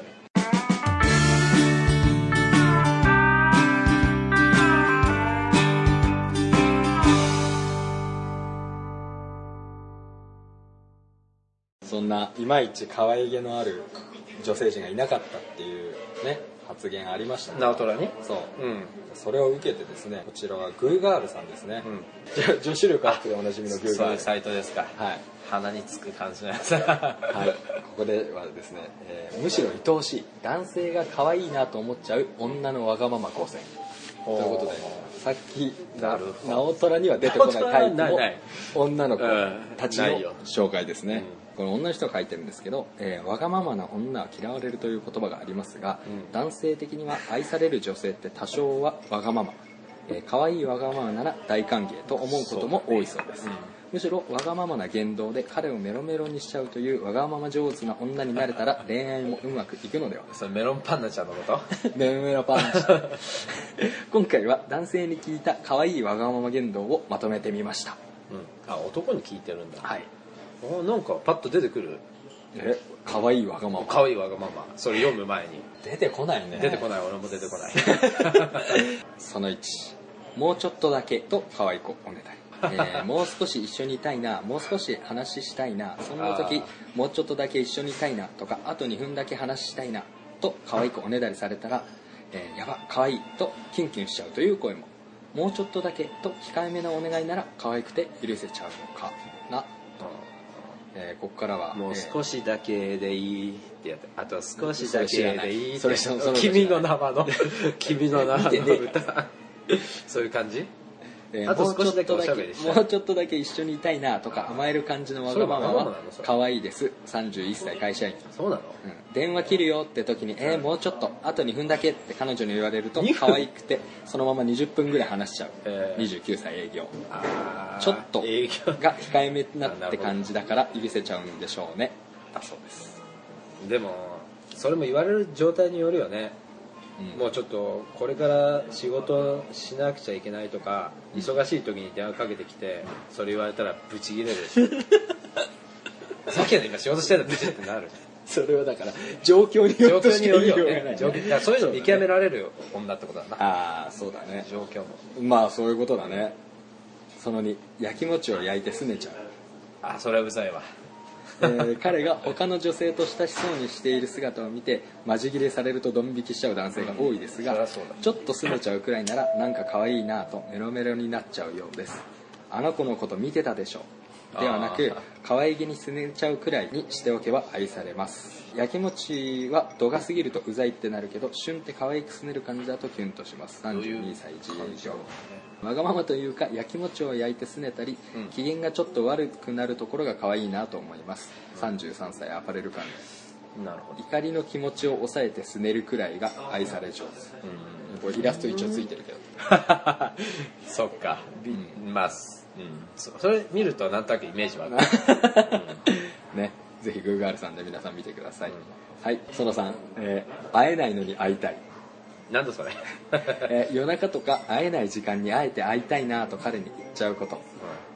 [SPEAKER 3] そんないまいち可愛げのある女性陣がいなかったっていうね発言ありましたね
[SPEAKER 2] 直虎に
[SPEAKER 3] そう
[SPEAKER 2] うん
[SPEAKER 3] それを受けてですねこちらはグーガールさんですね、
[SPEAKER 2] うん
[SPEAKER 3] じゃ 女子力アップでおなじみのグー
[SPEAKER 2] そう
[SPEAKER 3] ガー
[SPEAKER 2] いう
[SPEAKER 3] ルさん
[SPEAKER 2] サイトですか
[SPEAKER 3] はい
[SPEAKER 2] 鼻につく感じのやつ
[SPEAKER 3] はい、ここではですね、えーむしろ愛おしい男性が可愛いなと思っちゃう女のわがまま高専ということでさっき
[SPEAKER 2] なるほど
[SPEAKER 3] 直虎には出てこないタイプ
[SPEAKER 2] な
[SPEAKER 3] の
[SPEAKER 2] いない
[SPEAKER 3] 女の子たちの
[SPEAKER 2] ないよ
[SPEAKER 3] 紹介ですね、この女の人が書いてるんですけど、えーわがままな女は嫌われるという言葉がありますが、
[SPEAKER 2] うん
[SPEAKER 3] 男性的には愛される女性って多少はわがまま、えー可愛いわがままなら大歓迎と思うことも多いそうです、むしろわがままな言動で彼をメロメロにしちゃうというわがまま上手な女になれた ら恋愛もうまくいくの では
[SPEAKER 2] それメロンパンナちゃんのこと
[SPEAKER 3] メロメロパンチ今回は男性に聞いた可愛いわがまま言動をまとめてみました
[SPEAKER 2] あ男に聞いてるんだ
[SPEAKER 3] はい
[SPEAKER 2] あなんかパッと出てくる
[SPEAKER 3] え可愛いわがまま
[SPEAKER 2] 可愛いわがままそれ読む前に
[SPEAKER 3] 出てこないね
[SPEAKER 2] 出てこない俺も出てこない
[SPEAKER 3] その1もうちょっとだけと可愛い子おねだ り、えーもう少し一緒にいたいなもう少し話したいなそんな時
[SPEAKER 2] あ
[SPEAKER 3] もうちょっとだけ一緒にいたいなとかあと2分だけ話したいなと可愛い子おねだりされたら、えーやば可愛いとキュンキュンしちゃうという声ももうちょっとだけと控えめなお願いなら可愛くて許せちゃうのかな、えーここからは
[SPEAKER 2] もう少
[SPEAKER 3] し
[SPEAKER 2] しだけでいいってやってあと少し
[SPEAKER 3] そ
[SPEAKER 2] だ
[SPEAKER 3] れ知ら
[SPEAKER 2] け
[SPEAKER 3] ない
[SPEAKER 2] でいいっ
[SPEAKER 3] それ
[SPEAKER 2] て
[SPEAKER 3] それそれ
[SPEAKER 2] 君の生の君の生
[SPEAKER 3] 見てね
[SPEAKER 2] の歌そういう感じ
[SPEAKER 3] えー
[SPEAKER 2] あと
[SPEAKER 3] もう
[SPEAKER 2] 少しだけ
[SPEAKER 3] ちょっと
[SPEAKER 2] おしゃべりしたい
[SPEAKER 3] もうちょっとだけ一緒にいたいなとか甘える感じのわがまま
[SPEAKER 2] そうなの
[SPEAKER 3] は
[SPEAKER 2] そうなのそれ
[SPEAKER 3] 可愛いです31歳会社員
[SPEAKER 2] そうなの
[SPEAKER 3] うん電話切るよって時に「えーもうちょっとあと2分だけ」って彼女に言われると
[SPEAKER 2] 2分
[SPEAKER 3] 可愛くてそのまま20分ぐらい話しちゃう、
[SPEAKER 2] えー
[SPEAKER 3] 29歳営業
[SPEAKER 2] あー
[SPEAKER 3] ちょっと
[SPEAKER 2] 営業
[SPEAKER 3] が控えめになって感じだから許せちゃうんでしょうねだそうです、
[SPEAKER 2] でもそれも言われる状態によるよね
[SPEAKER 3] うん
[SPEAKER 2] もうちょっとこれから仕事しなくちゃいけないとか忙しい時に電話かけてきてそれ言われたらブチギレる さっきの今仕事してたブチってなる
[SPEAKER 3] それはだから状況に
[SPEAKER 2] 状
[SPEAKER 3] よって
[SPEAKER 2] 況
[SPEAKER 3] し
[SPEAKER 2] に
[SPEAKER 3] か
[SPEAKER 2] よる
[SPEAKER 3] 言い
[SPEAKER 2] よ
[SPEAKER 3] ようがな
[SPEAKER 2] ね
[SPEAKER 3] い
[SPEAKER 2] 状況だからそういうの見極められる女ってことだな
[SPEAKER 3] ああそうだね
[SPEAKER 2] 状況も
[SPEAKER 3] まあそういうことだねその2焼き餅を焼いてすねちゃう、
[SPEAKER 2] あそれはうざいわ
[SPEAKER 3] えー彼が他の女性と親しそうにしている姿を見てマジギレされるとドン引きしちゃう男性が多いです
[SPEAKER 2] うんそり
[SPEAKER 3] が
[SPEAKER 2] ゃそうだ
[SPEAKER 3] ちょっとすねちゃうくらいならなんか可愛いなぁとメロメロになっちゃうようですあの子のこと見てたでしょではなく可愛げにすねちゃうくらいにしておけば愛されます焼き餅は度が過ぎるとうざいってなるけど旬って可愛くすねる感じだとキュンとします32歳自営業わがままというか焼き餅を焼いてすねたり、機嫌がちょっと悪くなるところが可愛いなと思います33歳アパレル関
[SPEAKER 2] なるほ
[SPEAKER 3] 連怒りの気持ちを抑えてすねるくらいが愛され上手これイラスト一応ついてるけど
[SPEAKER 2] どそっか、び
[SPEAKER 3] う
[SPEAKER 2] まあ、すうん、そそれ見るとなんとなくイメージはある
[SPEAKER 3] ねぜひグーガールさんで皆さん見てください、はいその3、えー会えないのに会いたい」
[SPEAKER 2] なんだそれ
[SPEAKER 3] えー夜中とか会えない時間に会えて会いたいなと彼に言っちゃうこと、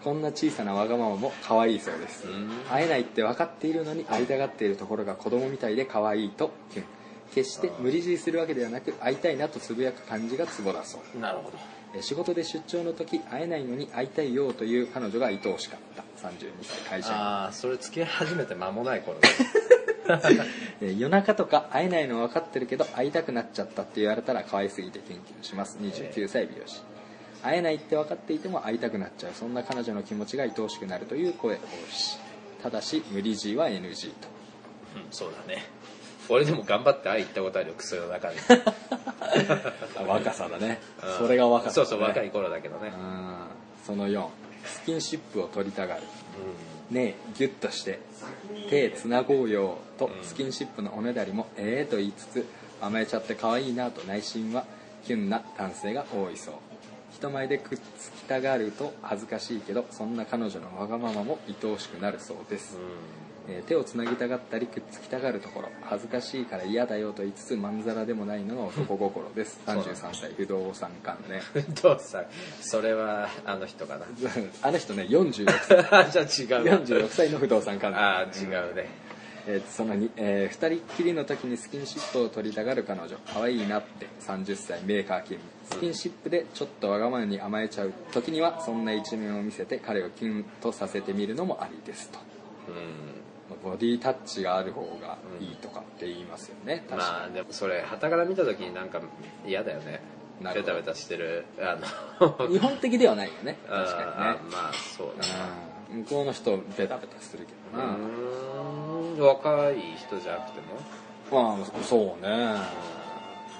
[SPEAKER 3] こんな小さなわがままも可愛いそうです、会えないって分かっているのに会いたがっているところが子供みたいで可愛いとキュン決して無理強いするわけではなく会いたいなとつぶやく感じがツボだそう
[SPEAKER 2] なるほど
[SPEAKER 3] えー仕事で出張の時会えないのに会いたいよという彼女が愛おしかった32歳会社員
[SPEAKER 2] ああそれ付き合い始めて間も ない頃だ
[SPEAKER 3] えー夜中とか会えないの分かってるけど会いたくなっちゃったって言われたら可愛すぎて研究します29歳美容師会えないって分かっていても会いたくなっちゃうそんな彼女の気持ちが愛おしくなるという声多しただし無理強いは NG と
[SPEAKER 2] うんそうだね俺でも頑張って会い行ったことあるよクソ世の 中で
[SPEAKER 3] あ若さだね
[SPEAKER 2] うん
[SPEAKER 3] それが若さだ、
[SPEAKER 2] そう
[SPEAKER 3] ね、
[SPEAKER 2] そう若い頃だけどね
[SPEAKER 3] うんその4スキンシップを取りたがるねえギュッとして手つなごうよとスキンシップのおねだりもええと言いつつ甘えちゃって可愛いなと内心はキュンな男性が多いそう人前でくっつきたがると恥ずかしいけどそんな彼女のわがままも愛おしくなるそうです、えー手をつなぎたがったりくっつきたがるところ恥ずかしいから嫌だよと言いつつまんざらでもないのが男心です33歳不動産関連
[SPEAKER 2] うんどうさそれはあの人かな
[SPEAKER 3] あの人ね46歳
[SPEAKER 2] じゃあ違うな
[SPEAKER 3] 46歳の不動産関連
[SPEAKER 2] ああ違うね
[SPEAKER 3] えーその2、えー二人っきりの時にスキンシップを取りたがる彼女可愛いなって30歳メーカー勤務スキンシップでちょっとわがままに甘えちゃう時にはそんな一面を見せて彼をキュンとさせてみるのもありですと
[SPEAKER 2] うん
[SPEAKER 3] ボディタッチがある方がいいとかって言いますよね、確か
[SPEAKER 2] まあでもそれ傍から見た時になんか嫌だよね
[SPEAKER 3] なる
[SPEAKER 2] ベ
[SPEAKER 3] ほど
[SPEAKER 2] タベタしてるあ の
[SPEAKER 3] に日本的ではないよね
[SPEAKER 2] あー
[SPEAKER 3] 確か
[SPEAKER 2] まあそうだ
[SPEAKER 3] にねうん向こうの人ベタベタするけどな、
[SPEAKER 2] なうーん若い人じゃなくても
[SPEAKER 3] まあそうね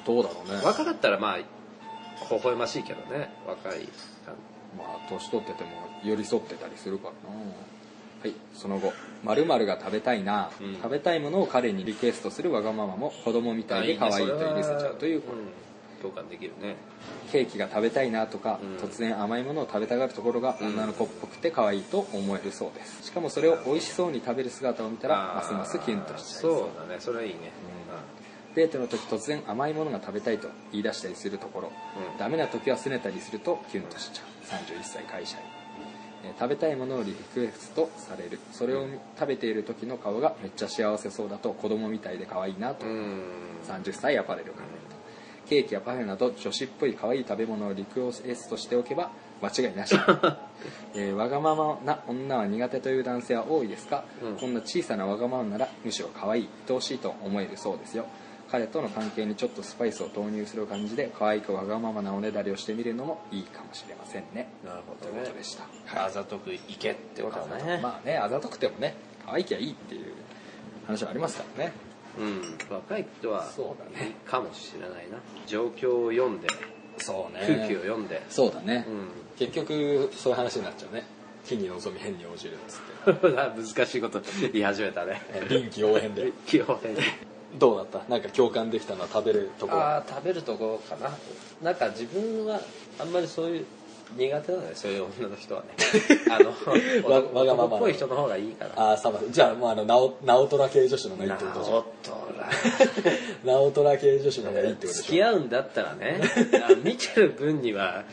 [SPEAKER 3] どうだろうね
[SPEAKER 2] 若かったらまあ微笑ましいけどね若いあの
[SPEAKER 3] まあ年取ってても寄り添ってたりするからなはいその後「まるが食べたいな、
[SPEAKER 2] うん
[SPEAKER 3] 食べたいものを彼にリクエストするわがままも子供みたいで可愛いと許せちゃうという
[SPEAKER 2] それはん共感できるね
[SPEAKER 3] ケーキが食べたいなとか、
[SPEAKER 2] うん
[SPEAKER 3] 突然甘いものを食べたがるところが女の子っぽくて可愛いと思えるそうですしかもそれを美味しそうに食べる姿を見たら
[SPEAKER 2] あー
[SPEAKER 3] ますますキュンとしちゃい
[SPEAKER 2] そう
[SPEAKER 3] そう
[SPEAKER 2] だねそれはいいね
[SPEAKER 3] デートの時突然甘いものが食べたいと言い出したりするところ、
[SPEAKER 2] うん
[SPEAKER 3] ダメな時は拗ねたりするとキュンとしちゃう31歳会社員えー食べたいものをリクエストされるそれを食べている時の顔がめっちゃ幸せそうだと子供みたいで可愛いなと
[SPEAKER 2] うんうん
[SPEAKER 3] 30歳アパレル関連とケーキやパフェなど女子っぽい可愛い食べ物をリクエストしておけば間違いな し、えーわがままな女は苦手という男性は多いですが、
[SPEAKER 2] うん
[SPEAKER 3] こんな小さなわがままならむしろ可愛い愛おしいと思えるそうですよ彼との関係にちょっとスパイスを投入する感じで可愛くわがままなおねだりをしてみるのもいいかもしれませんね
[SPEAKER 2] なるほ
[SPEAKER 3] と
[SPEAKER 2] ど
[SPEAKER 3] いう
[SPEAKER 2] ね
[SPEAKER 3] ことでした、
[SPEAKER 2] あざとくいけってことだね
[SPEAKER 3] まあねあざとくてもね可愛きゃいいっていう話はありますからね
[SPEAKER 2] うん若い人は
[SPEAKER 3] そうだね
[SPEAKER 2] いいかもしれないな状況を読んで
[SPEAKER 3] そうね
[SPEAKER 5] 空気を読んで、
[SPEAKER 6] そうだね、
[SPEAKER 3] 結局そういう話になっちゃうね金に望み変に応じるっつっ
[SPEAKER 5] うん、難しいこと言い始めたね
[SPEAKER 3] て臨機応変で
[SPEAKER 5] 気を変
[SPEAKER 3] どうだったなんか共感できたのは食べるとこは
[SPEAKER 2] ああ食べるとこかななんか自分はあんまりそういう苦手なのよそういう女の人はねあの
[SPEAKER 3] わわがままな
[SPEAKER 2] 男っぽい人の方がいいから
[SPEAKER 3] ああサバじゃあもうあのなおなおとら系女子の方がいいってことじゃんなおとら系女子の方がいいってことで
[SPEAKER 2] 付
[SPEAKER 3] し
[SPEAKER 2] き
[SPEAKER 3] ょ
[SPEAKER 2] 合うんだったらねあ見てる分には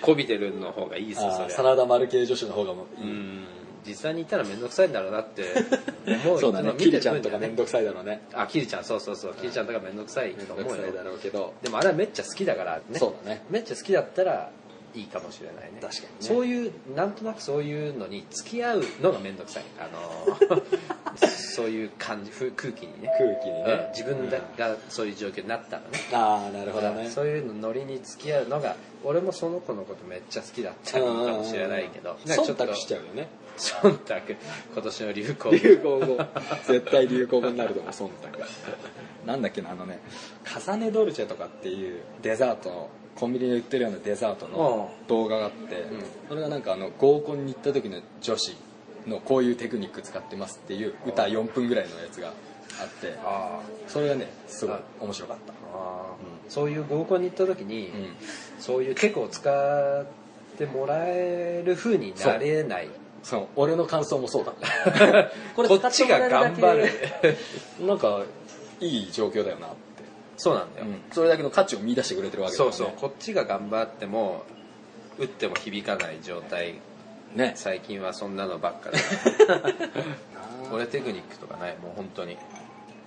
[SPEAKER 2] こびてるの方がいいですよ
[SPEAKER 3] あ
[SPEAKER 2] そ
[SPEAKER 3] ー
[SPEAKER 2] れ
[SPEAKER 3] サラダ丸系女子の方がも
[SPEAKER 2] う
[SPEAKER 3] いい、
[SPEAKER 2] ん実際に行ったら面倒くさいんだろうなって 思う
[SPEAKER 3] そうだね
[SPEAKER 2] いつも見
[SPEAKER 3] キ
[SPEAKER 2] て
[SPEAKER 3] リ
[SPEAKER 2] る
[SPEAKER 3] ちゃ
[SPEAKER 2] 分
[SPEAKER 3] んと
[SPEAKER 2] に
[SPEAKER 3] か
[SPEAKER 2] は
[SPEAKER 3] め
[SPEAKER 2] ね
[SPEAKER 3] んどくさいだろうね
[SPEAKER 2] あキリちゃんそうそうそうキリちゃんとか面倒くさい
[SPEAKER 3] めん
[SPEAKER 2] と
[SPEAKER 3] ど
[SPEAKER 2] 思
[SPEAKER 3] く
[SPEAKER 2] う
[SPEAKER 3] さ
[SPEAKER 2] よ
[SPEAKER 3] いだろうけど
[SPEAKER 2] でもあれはめっちゃ好きだからね
[SPEAKER 3] そうだね
[SPEAKER 2] めっちゃ好きだったらいいかもしれないね
[SPEAKER 3] 確かにね
[SPEAKER 2] そういうなんとなくそういうのに付き合うのが面倒くさいあの ーそういう感じふ空気にね
[SPEAKER 3] 空気に
[SPEAKER 2] うん
[SPEAKER 3] ね
[SPEAKER 2] 自分だがそういう状況になったらね
[SPEAKER 3] ああなるほどね
[SPEAKER 2] そういうのノリに付き合うのが俺もその子のことめっちゃ好きだったらいいかもしれないけどなんかち
[SPEAKER 3] 忖
[SPEAKER 2] ょっと
[SPEAKER 3] 度しちゃうよね
[SPEAKER 2] 忖度今年の流行語
[SPEAKER 6] 流行語絶対流行語になると思う忖度なんだっけなあのねカネドルチェとかっていうデザートのコンビニで売ってるようなデザートの動画があって、それがなんかあの合コンに行った時の女子のこういうテクニック使ってますっていう歌4分ぐらいのやつがあって
[SPEAKER 2] あ
[SPEAKER 6] それがねすごい
[SPEAKER 2] あ
[SPEAKER 6] 面白かった
[SPEAKER 2] あーそういう合コンに行った時に、
[SPEAKER 6] ん
[SPEAKER 2] そういうテクを使ってもらえる風になれない
[SPEAKER 6] そう俺の感想もそうだ
[SPEAKER 2] こっちが頑張る
[SPEAKER 6] なんかいい状況だよなって、
[SPEAKER 2] そうなんだよ、
[SPEAKER 6] それだけの価値を見出してくれてるわけだ
[SPEAKER 2] そ
[SPEAKER 6] よ
[SPEAKER 2] う
[SPEAKER 6] ね
[SPEAKER 2] そうこっちが頑張っても打っても響かない状態
[SPEAKER 6] ね
[SPEAKER 2] 最近はそんなのばっかで俺テクニックとかないもう本当に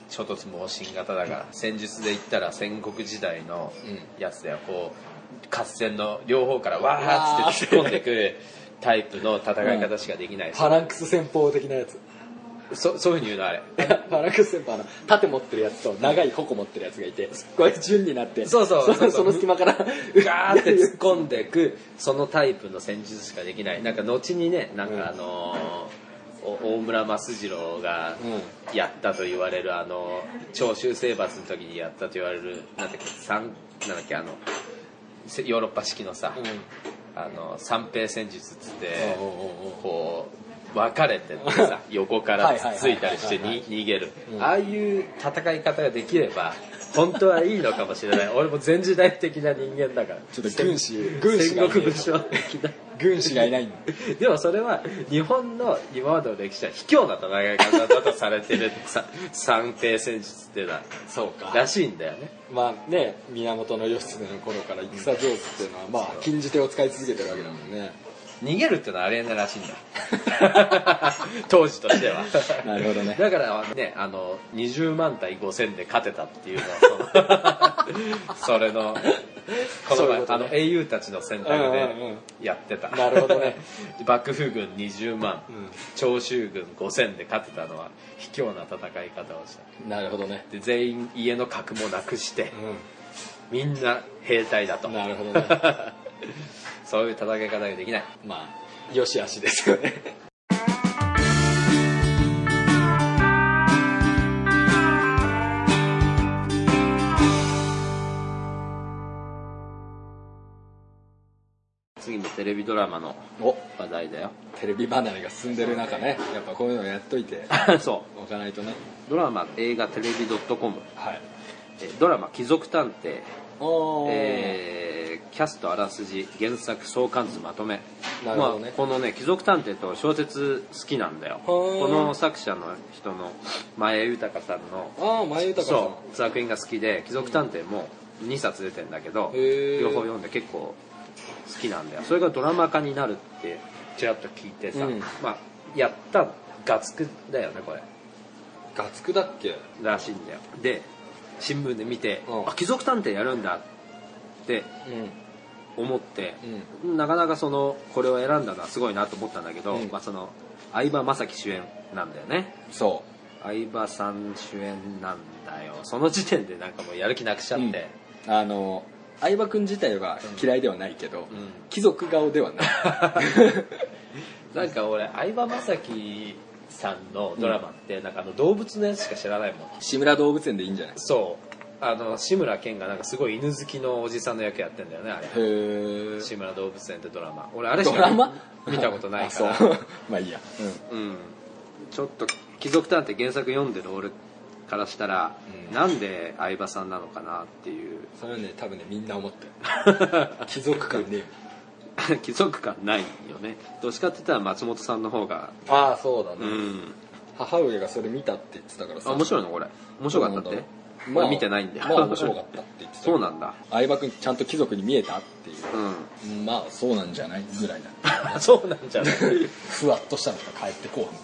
[SPEAKER 2] 諸突猛進型だから戦術で言ったら戦国時代のやつだよこう合戦の両方からわーっつって突っ込んでくタイプの戦い方しかできない、
[SPEAKER 3] ファランクス戦法的なやつ
[SPEAKER 2] そそういうふうに言うのあれ
[SPEAKER 3] ファランクス戦法あの盾持ってるやつと長い矛持ってるやつがいてこうやって順になって
[SPEAKER 2] そうそうそうそう
[SPEAKER 3] その隙間から
[SPEAKER 2] ガーって突っ込んでいくそのタイプの戦術しかできないなんか後にねなんかあのーお大村益次郎がやったと言われるあの長州征伐の時にやったと言われるなんだっけ三なんだっけあのせヨーロッパ式のさ、あの三平戦術っつってこう分かれてって さ横からつっついたりしてに逃げる、ああいう戦い方ができれば本当はいいのかもしれない俺も全時代的な人間だから
[SPEAKER 6] ちょっと軍師軍師がいねえ
[SPEAKER 2] 戦国武将的な
[SPEAKER 6] 軍師がい ないんだ
[SPEAKER 2] でもそれは日本の今までの歴史は卑怯な戦い方だとされてる さ三平戦術っていうのは
[SPEAKER 3] そうから
[SPEAKER 2] しいんだよね
[SPEAKER 3] まあね源義経の頃から戦上手っていうのはまあ禁じ手を使い続けてるわけだもんね
[SPEAKER 2] 逃げるってのはありえないらしいんだ 当時としては
[SPEAKER 6] なるほどね
[SPEAKER 2] だからあのねあの20万対5000で勝てたっていうの はそのそれのこの
[SPEAKER 3] そうい
[SPEAKER 2] 前
[SPEAKER 3] うこと
[SPEAKER 2] あ
[SPEAKER 3] ね
[SPEAKER 2] の英雄たちの選択
[SPEAKER 3] うんうん
[SPEAKER 2] でやってた
[SPEAKER 3] なるほどね
[SPEAKER 2] 幕府軍20万、長州軍5000で勝てたのは卑怯な戦い方をした
[SPEAKER 3] なるほどね
[SPEAKER 2] で全員家の格もなくして、みんな兵隊だと
[SPEAKER 3] なるほどね
[SPEAKER 2] そういう戦い方ができない
[SPEAKER 3] まあよしあしですよね
[SPEAKER 5] 次もテレビドラマの
[SPEAKER 6] お
[SPEAKER 5] 話題 だよ
[SPEAKER 6] テレビ離れが進んでる中ねやっぱこういうのやっといて
[SPEAKER 5] そ
[SPEAKER 6] おかないとね
[SPEAKER 5] うドラマ映画テレビドットコム
[SPEAKER 6] はい
[SPEAKER 5] えドラマ「貴族探偵」
[SPEAKER 6] お
[SPEAKER 5] えーキャストあらすじ原作相関図まとめ
[SPEAKER 3] なるほどね
[SPEAKER 5] まあ、このね「貴族探偵」と小説好きなんだよ
[SPEAKER 3] ー
[SPEAKER 5] この作者の人の前江豊さんの
[SPEAKER 3] ああ前豊さん
[SPEAKER 5] そう作品が好きで「貴族探偵」も2冊出てんだけど
[SPEAKER 3] へー
[SPEAKER 5] 両方読んで結構好きなんだよそれがドラマ化になるってちらっと聞いてさ、
[SPEAKER 3] うん
[SPEAKER 5] まあ、やったガツクだよねこれ
[SPEAKER 3] ガツクだっけ
[SPEAKER 5] らしいんだよで新聞で見て「
[SPEAKER 3] うん
[SPEAKER 5] あ貴族探偵やるんだ」って
[SPEAKER 3] う
[SPEAKER 5] 思って、なかなかそのこれを選んだのはすごいなと思ったんだけど、
[SPEAKER 3] うん
[SPEAKER 5] まあ、その相葉雅紀主演なんだよね
[SPEAKER 6] そ
[SPEAKER 5] 相葉さん主演なんだよその時点でなんかもうやる気なくしちゃって、
[SPEAKER 6] うあの相葉君自体は嫌いではないけど、貴族顔では ない
[SPEAKER 2] なんか俺相葉雅紀さんのドラマって、なんかあの動物のやつしか知らないもん
[SPEAKER 6] 志村動物園でいいんじゃない
[SPEAKER 2] そう
[SPEAKER 7] あの志村けんがなんかすごい犬好きのおじさんの役やってんだよねあれ
[SPEAKER 3] へえ
[SPEAKER 7] 志村動物園ってドラマ俺あれし
[SPEAKER 3] ドラマ
[SPEAKER 7] か見たことないから
[SPEAKER 3] あそうまあいいや
[SPEAKER 2] うん、ちょっと「貴族探偵」原作読んでる俺からしたら、なんで相葉さんなのかなっていう
[SPEAKER 3] それはね多分ねみんな思ってる貴族感ね
[SPEAKER 2] 貴族感ないよねどっちかって言ったら松本さんの方が
[SPEAKER 3] ああそうだね、
[SPEAKER 2] うん
[SPEAKER 3] 母上がそれ見たって言ってたから
[SPEAKER 2] あ
[SPEAKER 3] さ
[SPEAKER 2] 面白いのこれ面白かったってま
[SPEAKER 3] ま
[SPEAKER 2] だ
[SPEAKER 3] あ
[SPEAKER 2] 見てないんだよ、
[SPEAKER 3] まあ面白かったって言ってた
[SPEAKER 2] そうなんだ
[SPEAKER 3] 相葉君ちゃんと貴族に見えたっていう
[SPEAKER 2] うん
[SPEAKER 3] まあそうなんじゃないぐらいだ
[SPEAKER 7] そうなんじゃない
[SPEAKER 3] ふわっとしたのが帰ってこうみ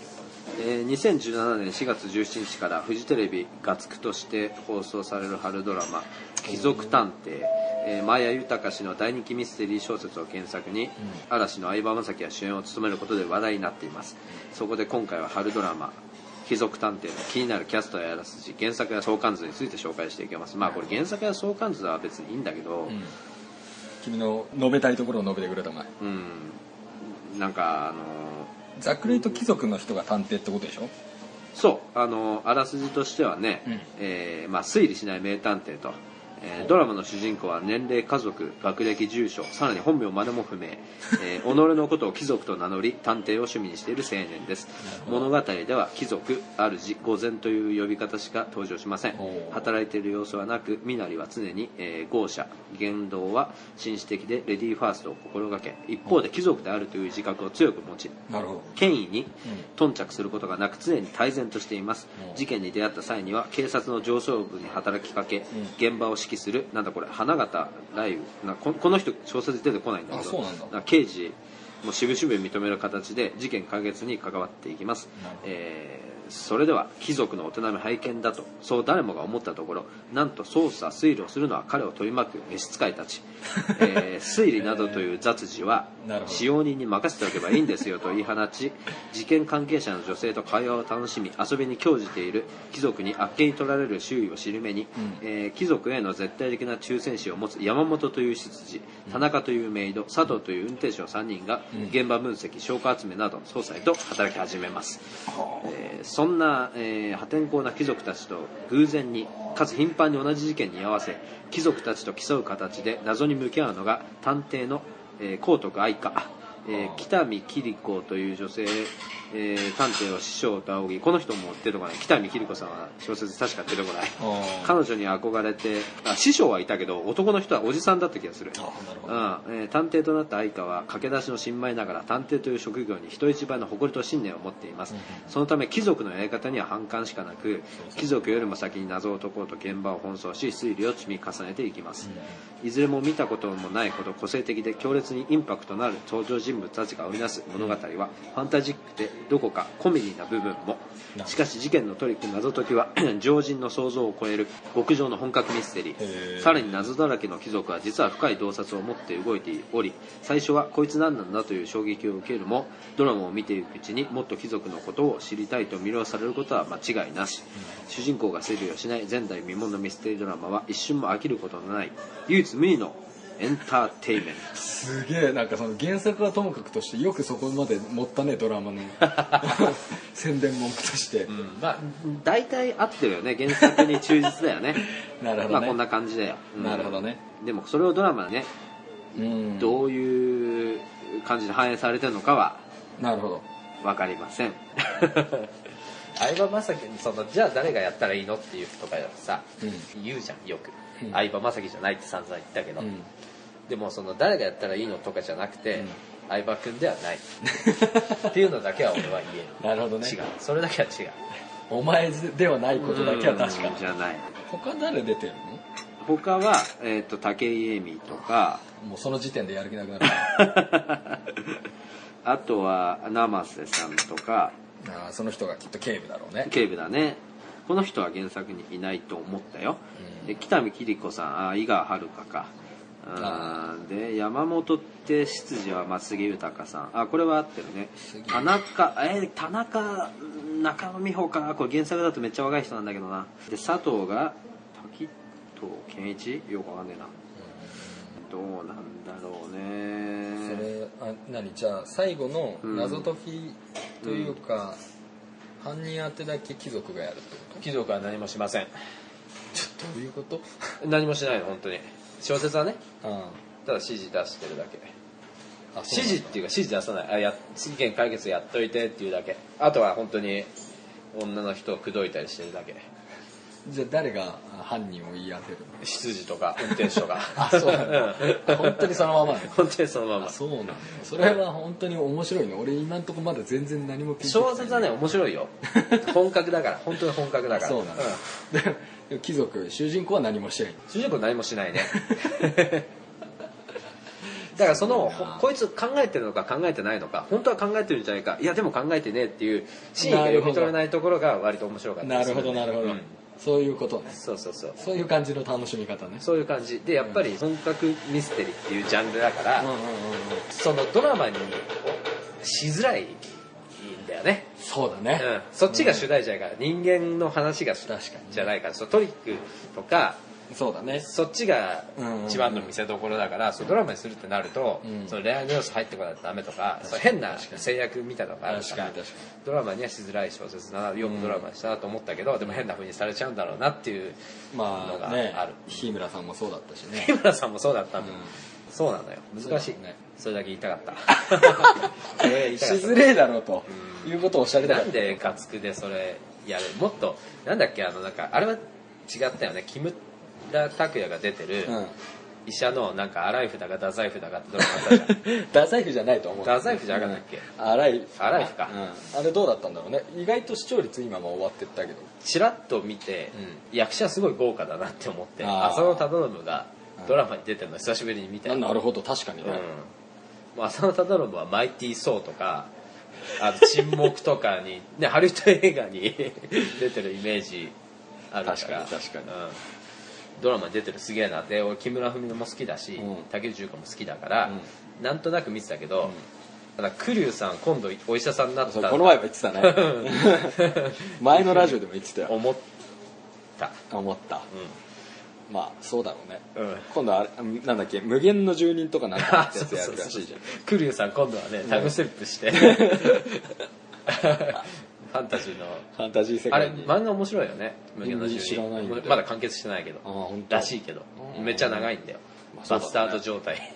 [SPEAKER 2] えー2017年4月17日からフジテレビ月9として放送される春ドラマ「貴族探偵」えー、マヤ豊氏の大人気ミステリー小説を原作に、嵐の相葉雅紀が主演を務めることで話題になっていますそこで今回は春ドラマ「貴族探偵」の気になるキャストやあらすじ原作や相関図について紹介していきますまあこれ原作や相関図は別にいいんだけど、
[SPEAKER 3] うん君の述べたいところを述べてくれたまえ
[SPEAKER 2] うん、なんかあの
[SPEAKER 3] ざっくり言うと貴族の人が探偵ってことでしょ
[SPEAKER 2] そうあのあらすじとしてはね、
[SPEAKER 3] うん
[SPEAKER 2] えーまあ、推理しない名探偵と、えードラマの主人公は年齢家族学歴住所さらに本名までも不明、え ー己のことを貴族と名乗り探偵を趣味にしている青年です物語では貴族主御前という呼び方しか登場しません
[SPEAKER 3] おー
[SPEAKER 2] 働いている様子はなく身なりは常に、えー豪奢言動は紳士的でレディーファーストを心がけ一方で貴族であるという自覚を強く持ち
[SPEAKER 3] なるほど
[SPEAKER 2] 権威に頓着することがなく常に泰然としています、
[SPEAKER 3] うん
[SPEAKER 2] 事件に出会った際には警察の上層部に働きかけ、現場を指揮するなんだこれ花形雷雨なここの人小説出てこないんだけど
[SPEAKER 3] あそうなんだ
[SPEAKER 2] 刑事も渋々認める形で事件解決に関わっていきます
[SPEAKER 3] なるほ、ど
[SPEAKER 2] えーそれでは貴族のお手並み拝見だとそう誰もが思ったところなんと捜査推理をするのは彼を取り巻く召使い たち、えー推理などという雑事は
[SPEAKER 3] なるほど
[SPEAKER 2] 使用人に任せておけばいいんですよと言い 放ち事件関係者の女性と会話を楽しみ遊びに興じている貴族にあっけに取られる周囲を知る目に、えー貴族への絶対的な忠誠心を持つ山本という執事田中というメイド佐藤という運転手の3人が現場分析証拠集めなどの捜査へと働き始めます、えーそんな、えー破天荒な貴族たちと偶然にかつ頻繁に同じ事件に居合わせ貴族たちと競う形で謎に向き合うのが探偵の、えー、高徳愛花、えー北見桐子という女性、えー探偵を師匠と仰ぎこの人も出てこない北見桐子さんは小説確か出てこない彼女に憧れてあ師匠はいたけど男の人はおじさんだった気がする
[SPEAKER 3] なるほ
[SPEAKER 2] うんえー探偵となった愛花は駆け出しの新米ながら探偵という職業に人一倍の誇りと信念を持っています、そのため貴族のやり方には反感しかなく貴族よりも先に謎を解こうと現場を奔走し推理を積み重ねていきます、いずれも見たこともないほど個性的で強烈にインパクトのある登場人物たちが織りなす物語はファンタジックでどこかコメディな部分もしかし事件のトリック謎解きは 常人の想像を超える極上の本格ミステリー
[SPEAKER 3] へー
[SPEAKER 2] さらに謎だらけの貴族は実は深い洞察を持って動いており最初はこいつ何なんだという衝撃を受けるもドラマを見ていくうちにもっと貴族のことを知りたいと魅了されることは間違いなし主人公が整理をしない前代未聞のミステリードラマは一瞬も飽きることのない唯一無二のエンターテインメント
[SPEAKER 3] すげえなんかその原作はともかくとしてよくそこまで持ったねドラ マの宣伝文句として、
[SPEAKER 2] まあ大体合ってるよね原作に忠実だよね
[SPEAKER 3] なるほどね
[SPEAKER 2] まあこんな感じだよ、うん
[SPEAKER 3] なるほどね
[SPEAKER 2] でもそれをドラマでね
[SPEAKER 3] うん
[SPEAKER 2] どういう感じで反映されてるのかは
[SPEAKER 3] なるほど
[SPEAKER 2] 分かりません
[SPEAKER 7] 相葉雅紀にそのじゃあ誰がやったらいいのっていうとかさ、言うじゃんよく、
[SPEAKER 3] ん
[SPEAKER 7] 相葉雅紀じゃないって散々言ったけど、
[SPEAKER 3] うん
[SPEAKER 7] でもその誰がやったらいいのとかじゃなくて、相葉君では ないっていうのだけは俺は言える
[SPEAKER 3] なるほどね
[SPEAKER 7] 違うそれだけは違う
[SPEAKER 3] お前ではないことだけは確か
[SPEAKER 2] うんじゃない
[SPEAKER 3] 他誰出てる
[SPEAKER 2] 他は、えー、と武井絵美 とか
[SPEAKER 3] のもうその時点でやる気な くなる
[SPEAKER 2] あとは生瀬さんとか
[SPEAKER 3] ああその人がきっと警部だろうね
[SPEAKER 2] 警部だねこの人は原作にいないと思ったよ、で北見桐子さんあ井川遥かあーで山本って執事は松杉豊さんあこれは合ってるね田中えー田中中野美穂かこれ原作だとめっちゃ若い人なんだけどなで佐藤が滝藤健一よくわかんねえなどうなんだろう
[SPEAKER 3] そ
[SPEAKER 2] ね
[SPEAKER 3] れあ何じゃあ最後の謎解きというか、犯人当てだけ貴族がやるってこと
[SPEAKER 7] 貴族は何もしません
[SPEAKER 3] ちどういうこと
[SPEAKER 2] 何もしないの本当に小説はね
[SPEAKER 3] うん
[SPEAKER 2] ただ指示出してるだけ
[SPEAKER 3] あ
[SPEAKER 2] 指示っていうか指示出さないあや次元解決やっといてっていうだけあとは本当に女の人を口説いたりしてるだけ
[SPEAKER 4] じゃあ誰が犯人を言い当てるの
[SPEAKER 2] 執事とか運転手とか
[SPEAKER 4] あそうなんだ
[SPEAKER 2] うん
[SPEAKER 4] 本当にそのままなの
[SPEAKER 2] 本当にそのまま
[SPEAKER 4] あそうなんだそれは本当に面白いね俺今んとこまだ全然何も聞いてきてない
[SPEAKER 2] 小説はね面白 いよ本格だから本当に本格だから
[SPEAKER 4] そうなんだ、ででも貴族主人公は何もしてない
[SPEAKER 2] 主人公何もしないねだからその
[SPEAKER 4] すごいな
[SPEAKER 2] ほこいつ考えてるのか考えてないのか本当は考えてるんじゃないかいやでも考えてねえっていうシーンが読み取れないところが割と面白かった
[SPEAKER 4] な
[SPEAKER 2] です
[SPEAKER 4] るほどなるほど、
[SPEAKER 2] うん
[SPEAKER 4] そういうことね
[SPEAKER 2] そうそうそう
[SPEAKER 4] そういう感じの楽しみ方ね
[SPEAKER 2] そういう感じでやっぱり本格ミステリーっていうジャンルだから、
[SPEAKER 4] うんうんうんうん
[SPEAKER 2] そのドラマにしづらいんだよね、
[SPEAKER 4] そうだ
[SPEAKER 2] う
[SPEAKER 4] ね、
[SPEAKER 2] ん、そっちが主題じゃないから人間の話が主
[SPEAKER 4] 確かに
[SPEAKER 2] じゃないからそうトリックとか
[SPEAKER 4] そうだね
[SPEAKER 2] そっちが
[SPEAKER 4] うん
[SPEAKER 2] 一番の見せどころだから、そうドラマにするってなると、
[SPEAKER 4] うん
[SPEAKER 2] その恋愛の要素入ってこないとダメとかそう変な制約みたいなのがあるから
[SPEAKER 4] 確かに確か
[SPEAKER 2] ドラマにはしづらい小説だなよくドラマにしたなと思ったけど、でも変な風にされちゃうんだろうなっていうの
[SPEAKER 4] ま
[SPEAKER 2] が
[SPEAKER 4] あね
[SPEAKER 2] ある、
[SPEAKER 4] 日村さんもそうだったしね
[SPEAKER 2] 日村さんもそうだったんだ、
[SPEAKER 4] うん
[SPEAKER 2] そうなのよ難しい
[SPEAKER 4] そうだね
[SPEAKER 2] それだけ言いたかったそれ
[SPEAKER 3] え
[SPEAKER 2] 言い
[SPEAKER 3] ー
[SPEAKER 2] たか
[SPEAKER 3] し
[SPEAKER 2] った
[SPEAKER 3] づれえだろうということをおっしゃりたか
[SPEAKER 2] な
[SPEAKER 3] っ
[SPEAKER 2] ん
[SPEAKER 3] た
[SPEAKER 2] でガツクでそれやるもっとなんだっけあのなんかあれは違ったよね木村拓哉が出てる、
[SPEAKER 3] うん
[SPEAKER 2] 医者のなんか荒い札が太宰札がってドラマあったじゃん
[SPEAKER 3] 太宰府じゃないと思う
[SPEAKER 2] 太宰府じゃなかったっけ
[SPEAKER 3] 荒い
[SPEAKER 2] 荒い札か
[SPEAKER 3] うんあれどうだったんだろうね意外と視聴率今も終わってったけど
[SPEAKER 2] チラッと見て、役者すごい豪華だなって思って
[SPEAKER 3] あー
[SPEAKER 2] 浅野忠信がドラマに出てるの久しぶりに見た
[SPEAKER 3] あ
[SPEAKER 2] よ
[SPEAKER 3] なるほど確かに
[SPEAKER 2] うん
[SPEAKER 3] ね、
[SPEAKER 2] もう浅野忠信は「マイティー・ソー」とかあと「沈黙」とかに、 ね、ハリウッド映画に 出てるイメージあるから
[SPEAKER 3] 確かに確かに
[SPEAKER 2] うんドラマに出てるすげえなで俺木村文乃も好きだし、
[SPEAKER 3] うん
[SPEAKER 2] 竹内優子も好きだから、なんとなく見てたけど、ただ栗生さん今度お医者さんになった
[SPEAKER 3] そ
[SPEAKER 2] んだ
[SPEAKER 3] うこの前も言ってたね 前のラジオでも言ってたよ
[SPEAKER 2] 思った
[SPEAKER 3] 思ったまあそうだろうね
[SPEAKER 2] うん、うん
[SPEAKER 3] 今度あれなんだっけ無限の住人とかなんかってやつやる らしいじゃん
[SPEAKER 2] クリュウさん今度はねタイムステップして ファンタジーの
[SPEAKER 3] ファンタジー世
[SPEAKER 2] あれ
[SPEAKER 3] 界に
[SPEAKER 2] 漫画面白いよね無限の住
[SPEAKER 3] 知らないんだ
[SPEAKER 2] 人
[SPEAKER 3] よ
[SPEAKER 2] まだ完結してないけど
[SPEAKER 3] ああ本当
[SPEAKER 2] らしいけどめっちゃ長いんだよ
[SPEAKER 3] まあそう
[SPEAKER 2] バ
[SPEAKER 3] だろうね
[SPEAKER 2] スタード状態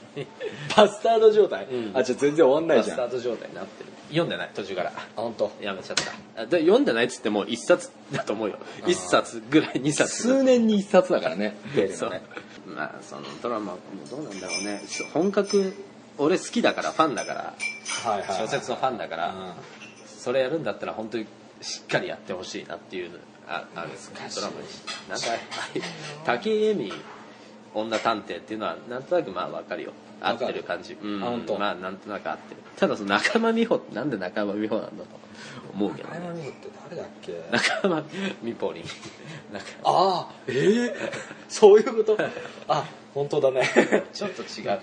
[SPEAKER 3] バスタード状態、
[SPEAKER 2] うん
[SPEAKER 3] あじゃあ全然終わんな
[SPEAKER 2] バ
[SPEAKER 3] いじ
[SPEAKER 2] ス
[SPEAKER 3] ゃ
[SPEAKER 2] タ
[SPEAKER 3] ん
[SPEAKER 2] ード状態になってる読んでない途中から
[SPEAKER 3] 本当。
[SPEAKER 2] やめちゃったあで読んでないっつっても一冊だと思うよ一冊ぐらい二冊
[SPEAKER 3] 数年に一冊だからね出る
[SPEAKER 2] そ
[SPEAKER 3] の
[SPEAKER 2] う
[SPEAKER 3] ね
[SPEAKER 2] まあそのドラマもどうなんだろうねそう本格俺好きだからファンだから
[SPEAKER 3] はいはい
[SPEAKER 2] 小説のファンだから、
[SPEAKER 3] うん
[SPEAKER 2] それやるんだったら本当にしっかりやってほしいなっていうのああるんですドラマにしなんか竹井絵美女探偵っていうのはなんとなくまあわかるよ合ってる感じうん
[SPEAKER 3] あ本当
[SPEAKER 2] まあなんとなく合ってるただその中間美穂ってなんで中間美穂なんだと思うけど
[SPEAKER 3] 前
[SPEAKER 2] ね
[SPEAKER 3] の見って誰だっけ
[SPEAKER 2] 中間美穂に中
[SPEAKER 3] ああええ そういうことあ本当だね
[SPEAKER 2] ちょっと違うんだな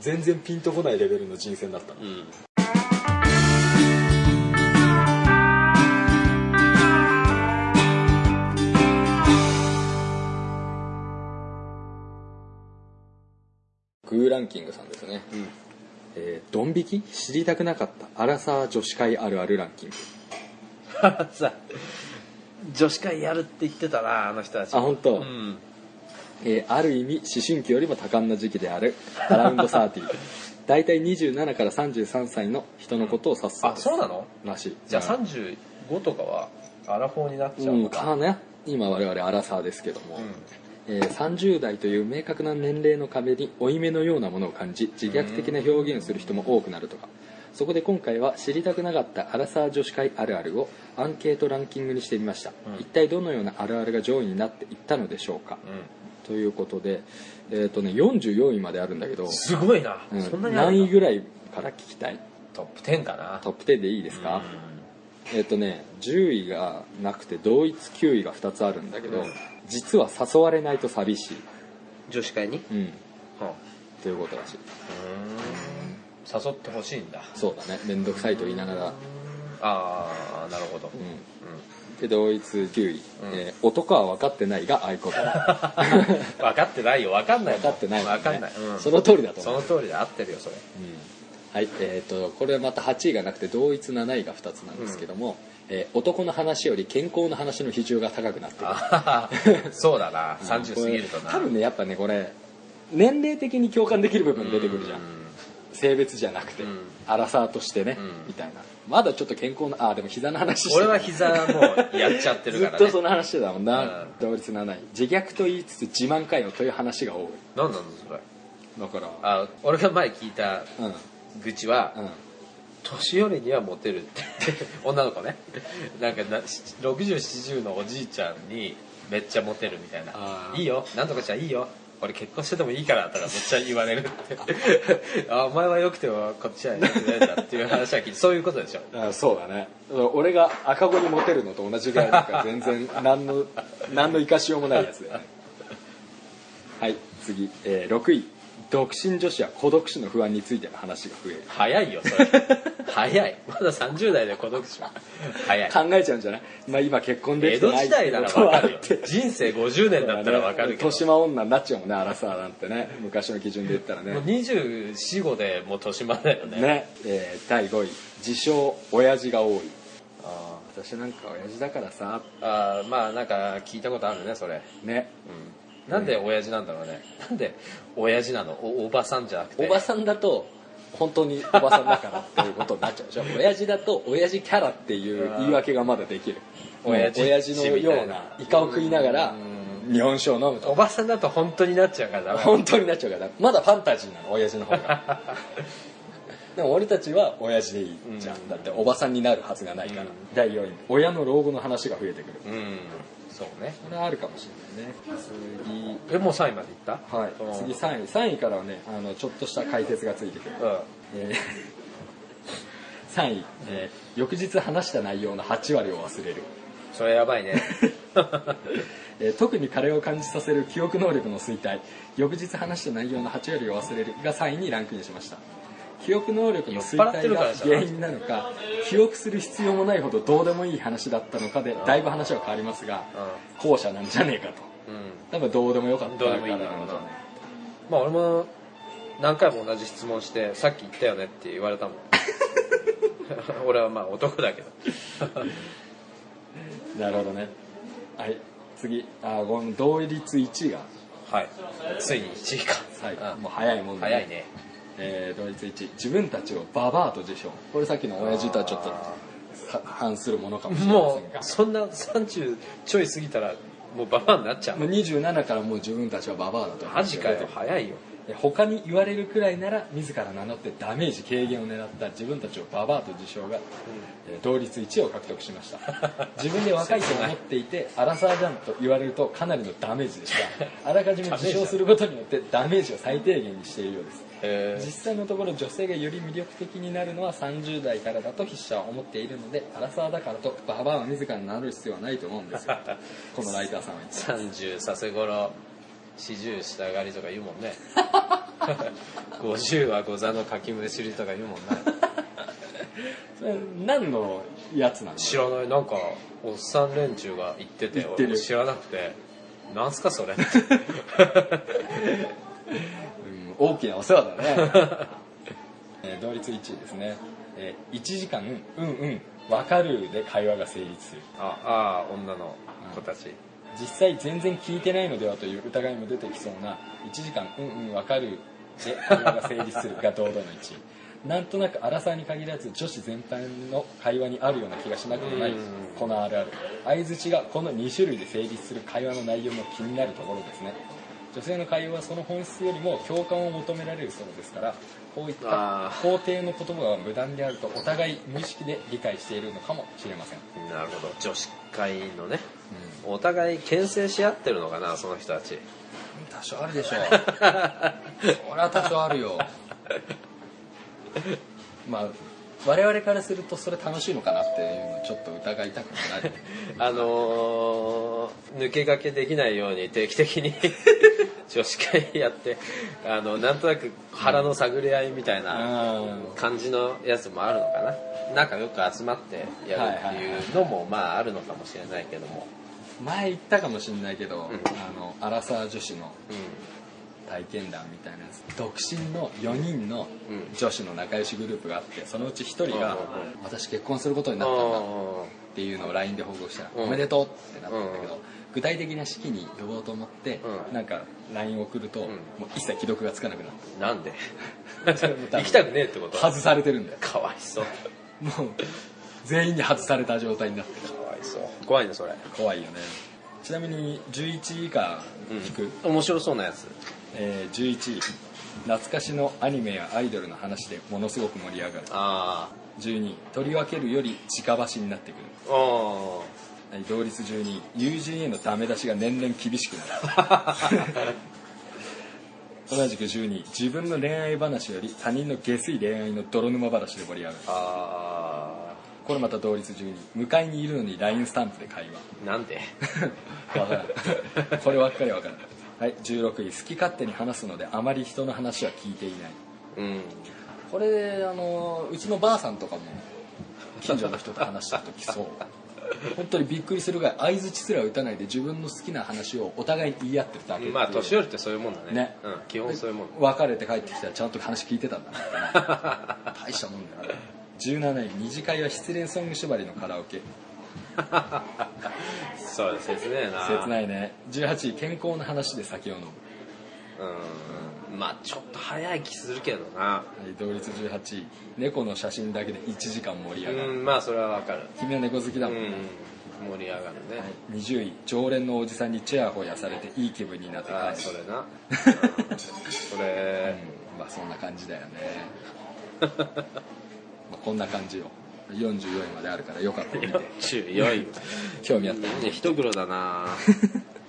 [SPEAKER 3] 全然ピンとこないレベルの人選だった
[SPEAKER 2] うん
[SPEAKER 3] グーランキングさんですね、えードン引き知りたくなかったアラサー女子会あるあるランキング
[SPEAKER 2] さ女子会やるって言ってたなあの人たち
[SPEAKER 3] あ本当、
[SPEAKER 2] うん
[SPEAKER 3] えーある意味思春期よりも多感な時期であ るアラウンドサーティ大体27から33歳の人のことを指すそう
[SPEAKER 2] あ
[SPEAKER 3] です
[SPEAKER 2] そうなの
[SPEAKER 3] らしい
[SPEAKER 2] じゃあ35とかはアラフォーになっちゃ
[SPEAKER 3] う
[SPEAKER 2] うんのか
[SPEAKER 3] かね今我々アラサーですけども、
[SPEAKER 2] うん
[SPEAKER 3] えー30代という明確な年齢の壁に負い目のようなものを感じ自虐的な表現をする人も多くなるとかそこで今回は知りたくなかったアラサー女子会あるあるをアンケートランキングにしてみました、一体どのようなあるあるが上位になっていったのでしょうか、ということで、えーとね、44位まであるんだけど、
[SPEAKER 2] すごいな、
[SPEAKER 3] うん
[SPEAKER 2] そんなにある
[SPEAKER 3] 何位
[SPEAKER 2] んだ
[SPEAKER 3] ぐらいから聞きたい
[SPEAKER 2] トップ10かな
[SPEAKER 3] トップ10でいいですか、えっ、とね10位がなくて同一9位が2つあるんだけど、
[SPEAKER 2] うん
[SPEAKER 3] 実は誘われないと寂しい、
[SPEAKER 2] 女子会に、
[SPEAKER 3] うん、
[SPEAKER 2] は
[SPEAKER 3] ということらしい
[SPEAKER 2] あ誘ってほしいんだ
[SPEAKER 3] そうだね面倒くさいと言いながら、
[SPEAKER 2] ああなるほど、
[SPEAKER 3] う
[SPEAKER 2] うん
[SPEAKER 3] ん、で同一9位、えー男は分かってないが合言葉
[SPEAKER 2] 分かってないよ分かんない
[SPEAKER 3] 分かってないもんね
[SPEAKER 2] 分かんない、うん、
[SPEAKER 3] その通りだと
[SPEAKER 2] そ
[SPEAKER 3] 思う
[SPEAKER 2] の通りで合ってるよそれ
[SPEAKER 3] はいえー、とこれまた8位がなくて同一7位が2つなんですけども、えー男の話より健康の話の比重が高くなってる
[SPEAKER 2] あーそうだな30過ぎるとな
[SPEAKER 3] 多分ねやっぱねこれ年齢的に共感できる部分出てくるじゃん性別じゃなくて、
[SPEAKER 2] ん
[SPEAKER 3] アラサーとしてね、
[SPEAKER 2] ん
[SPEAKER 3] みたいなまだちょっと健康なあでも膝の話して
[SPEAKER 2] 俺は膝もうやっちゃってる
[SPEAKER 3] ず
[SPEAKER 2] か
[SPEAKER 3] っ
[SPEAKER 2] ら
[SPEAKER 3] と
[SPEAKER 2] ね
[SPEAKER 3] その話してたもん
[SPEAKER 2] う
[SPEAKER 3] なん同率7位自虐と言いつつ自慢かよという話が多い
[SPEAKER 2] 何なのそれ
[SPEAKER 3] だから
[SPEAKER 2] あ俺が前聞いた
[SPEAKER 3] うん
[SPEAKER 2] 愚痴は、
[SPEAKER 3] うん
[SPEAKER 2] 年寄りにはモテるって言って女の子ねなんかな6070のおじいちゃんにめっちゃモテるみたいな
[SPEAKER 3] あ
[SPEAKER 2] 「
[SPEAKER 3] ー
[SPEAKER 2] いいよなんとかちゃんいいよ俺結婚しててもいいから」とかめっちゃ言われる って「あお前は良くてもこっちは良くないんだ」っていう話は聞いてそういうことでしょ
[SPEAKER 3] あそうだね俺が赤子にモテるのと同じぐらいなんか全然何 の何の生かしようもないやつだよねはい次、えー6位独身女子は孤独死の不安についての話が増える
[SPEAKER 2] 早いよそれ早いまだ30代で孤独死は早い
[SPEAKER 3] 考えちゃうんじゃない、まあ、今結婚で
[SPEAKER 2] 江
[SPEAKER 3] きて
[SPEAKER 2] 戸
[SPEAKER 3] ない
[SPEAKER 2] 時代なら
[SPEAKER 3] こと
[SPEAKER 2] 分
[SPEAKER 3] はあ
[SPEAKER 2] か
[SPEAKER 3] っ
[SPEAKER 2] るよ
[SPEAKER 3] て
[SPEAKER 2] 人生50年だったら分かるけど
[SPEAKER 3] 豊島女になっちゃうもんねアラサーなんてね昔の基準で言ったら
[SPEAKER 2] もう
[SPEAKER 3] ね
[SPEAKER 2] 245でもう年までだよね
[SPEAKER 3] ね、えー第5位自称親父が多いああ私なんか親父だからさ
[SPEAKER 2] あーまあなんか聞いたことあるねそれ
[SPEAKER 3] ね
[SPEAKER 2] なんで親父なんだろうねなんで親父なのおおばさんじゃなくて
[SPEAKER 3] おばさんだと本当におばさんだからっていうことにな っちゃうでしょ親父だと親父キャラっていう言い訳がまだできる
[SPEAKER 2] 親父
[SPEAKER 3] 親父のようなイカを食いながら日本酒を飲むと
[SPEAKER 2] おばさんだと本当になっちゃうからダメ
[SPEAKER 3] 本当になっちゃうからまだファンタジーなの親父の方がでも俺たちは親父でいいじゃん、だっておばさんになるはずがないから、第4位親の老後の話が増えてくる
[SPEAKER 2] うんそうね
[SPEAKER 3] これはあるかもしれないね
[SPEAKER 2] えもう3位までいった
[SPEAKER 3] 次はい
[SPEAKER 2] うん
[SPEAKER 3] 次3位3位からはねあのちょっとした解説がついてくる、
[SPEAKER 2] うん
[SPEAKER 3] え ー3位、えー翌日話した内容の8割を忘れる、
[SPEAKER 2] それやば いね
[SPEAKER 3] えー特に彼を感じさせる記憶能力の衰退翌日話した内容の8割を忘れるが3位にランクインしました記憶能力の衰
[SPEAKER 2] 酔っ払って
[SPEAKER 3] 退
[SPEAKER 2] るから
[SPEAKER 3] が
[SPEAKER 2] じゃない
[SPEAKER 3] 原因なのか記憶する必要もないほどどうでもいい話だったのかでだいぶ話は変わりますが後者なんじゃねえかと
[SPEAKER 2] うん
[SPEAKER 3] 多分どうでもよかった
[SPEAKER 2] どうでもいい
[SPEAKER 3] か
[SPEAKER 2] んだ
[SPEAKER 3] ら
[SPEAKER 2] ろ
[SPEAKER 3] な
[SPEAKER 2] うんな
[SPEAKER 3] じゃない
[SPEAKER 2] まあ俺も何回も同じ質問してさっき言ったよねって言わ れたもん俺はまあ男だけど
[SPEAKER 3] なるほどねはい次あーこの同率1位が
[SPEAKER 2] はいついに1位か
[SPEAKER 3] はい
[SPEAKER 2] うん
[SPEAKER 3] もう早いもんだ
[SPEAKER 2] 早いね
[SPEAKER 3] えー、同率1自分たちをババアと自称これさっきの親父とはちょっとさ反するものかもしれま
[SPEAKER 2] も
[SPEAKER 3] せん
[SPEAKER 2] う
[SPEAKER 3] が
[SPEAKER 2] そんな30ちょい過ぎたらもうババアになっちゃう
[SPEAKER 3] もう27からもう自分たちはババアだと
[SPEAKER 2] マジかよ早いよ
[SPEAKER 3] え他に言われるくらいなら自ら名乗ってダメージ軽減を狙った自分たちをババアと自称が、えー同率1を獲得しました 自分で若いと思っていてアラサーじゃんと言われるとかなりのダメージでしたあらかじめ自称することによってダメージを最低限にしているようです
[SPEAKER 2] え
[SPEAKER 3] 実際のところ女性がより魅力的になるのは30代からだと筆者は思っているのでアラサーだからとババアは自ら名乗る必要はないと思うん ですよこのライターさんは言って
[SPEAKER 2] 30させ頃40下がりとか言うもんね50は御座のかきむしりとか言うもんね
[SPEAKER 3] それ何のやつなの
[SPEAKER 2] 知らないなんかおっさん連中が言ってて
[SPEAKER 3] 言ってる
[SPEAKER 2] 俺も知らなくてなんすか それって
[SPEAKER 3] うん大きなお世話 だね、えー同率1位ですね、え1時間「うんうんわかる」で会話が成立する
[SPEAKER 2] ああ女の子たち、
[SPEAKER 3] 実際全然聞いてないのではという疑いも出てきそうな1時間「うんうんわかる」で会話が成立するが堂々の1位なんとなく荒さに限らず女子全般の会話にあるような気がしなくもない
[SPEAKER 2] うん
[SPEAKER 3] このあるある相づちがこの2種類で成立する会話の内容も気になるところですね女性の会話はその本質よりも共感を求められるそうですからこういった
[SPEAKER 2] あー
[SPEAKER 3] 肯定の言葉は無断であるとお互い無意識で理解しているのかもしれません、うん
[SPEAKER 2] なるほど女子会のねお互い牽制し合ってるのかなその人たち
[SPEAKER 3] 多少あるでしょうそりゃ多少あるよまあ我々からするとそれ楽しいのかなっていうのちょっと疑いたくもなる
[SPEAKER 2] あのー抜け駆けできないように定期的 に女子会やってあのなんとなく腹の探り合いみたいな感じのやつもあるのかななんかよく集まってやるっていうのもまああるのかもしれないけども、
[SPEAKER 3] 前言ったかもしれないけど、
[SPEAKER 2] ん
[SPEAKER 3] あのアラサー女子の
[SPEAKER 2] う
[SPEAKER 3] 体験談みたいなやつ独身の4人の
[SPEAKER 2] うん
[SPEAKER 3] 女子の仲良しグループがあってそのうち1人が
[SPEAKER 2] うん
[SPEAKER 3] 「
[SPEAKER 2] うん
[SPEAKER 3] 私結婚することに
[SPEAKER 2] ん、
[SPEAKER 3] なったんだ」っていうのを LINE で報告したら、
[SPEAKER 8] うん
[SPEAKER 3] おめでとうってなったんだけど、
[SPEAKER 8] うん
[SPEAKER 3] 具体的な式に呼ぼうと思って、
[SPEAKER 8] うん
[SPEAKER 3] なんか LINE 送ると、もう一切既読がつかなくなっ
[SPEAKER 8] なんで
[SPEAKER 3] た
[SPEAKER 2] 行きたくねえってこと
[SPEAKER 3] 外されてるんだよ
[SPEAKER 2] かわいそう
[SPEAKER 3] もう全員に外された状態になってる
[SPEAKER 2] かわいそう怖いねそれ
[SPEAKER 3] 怖いよねちなみに11位から引く、
[SPEAKER 2] 面白そうなやつ
[SPEAKER 3] えー11位懐かしのアニメやアイドルの話でものすごく盛り上がる
[SPEAKER 2] あ
[SPEAKER 3] 12位取り分けるより近場しになってくる
[SPEAKER 2] ああ
[SPEAKER 3] はい同率12位友人へのダメ出しが年々厳しくなる 同じく12位自分の恋愛話より他人の下水恋愛の泥沼話で盛り上がる
[SPEAKER 2] あ
[SPEAKER 3] これまた同率12位迎えにいるのに LINE スタンプで会話
[SPEAKER 2] あなんで
[SPEAKER 3] わからん こればっかりわからんはい16位好き勝手に話すのであまり人の話は聞いていない
[SPEAKER 2] うん
[SPEAKER 3] これあのうちのばあさんとかも近所の人と話した時そう本当にびっくりするぐらい相づちすら打たないで自分の好きな話をお互いに言い合ってるだけ
[SPEAKER 2] まあ年寄りってそういうもんだね
[SPEAKER 3] ね
[SPEAKER 2] うん、基本そういうもん
[SPEAKER 3] 別れて帰ってきたらちゃんと話聞いてたんだな 大したもんだな17位二次会は失恋ソング縛りのカラオケ
[SPEAKER 2] そうだ切ねえな
[SPEAKER 3] 切ないね18位健康の話で酒を飲む
[SPEAKER 2] うんまあちょっと早い気するけどな
[SPEAKER 3] はい、同率18位猫の写真だけで1時間盛り
[SPEAKER 2] う
[SPEAKER 3] 上がる、
[SPEAKER 2] んまあそれはわかる
[SPEAKER 3] 君は猫好きだ
[SPEAKER 2] う
[SPEAKER 3] もんね、
[SPEAKER 2] ん盛り上がるね、
[SPEAKER 3] はい、20位常連のおじさんにチヤホヤされていい気分になって
[SPEAKER 2] ああ
[SPEAKER 3] 帰
[SPEAKER 2] そ
[SPEAKER 3] る
[SPEAKER 2] れ な、うんそれ
[SPEAKER 3] うんまあそんな感じだよね まあこんな感じよ44位まであるからよかったら見て
[SPEAKER 2] 強い
[SPEAKER 3] 興味あったら
[SPEAKER 2] ね一黒だな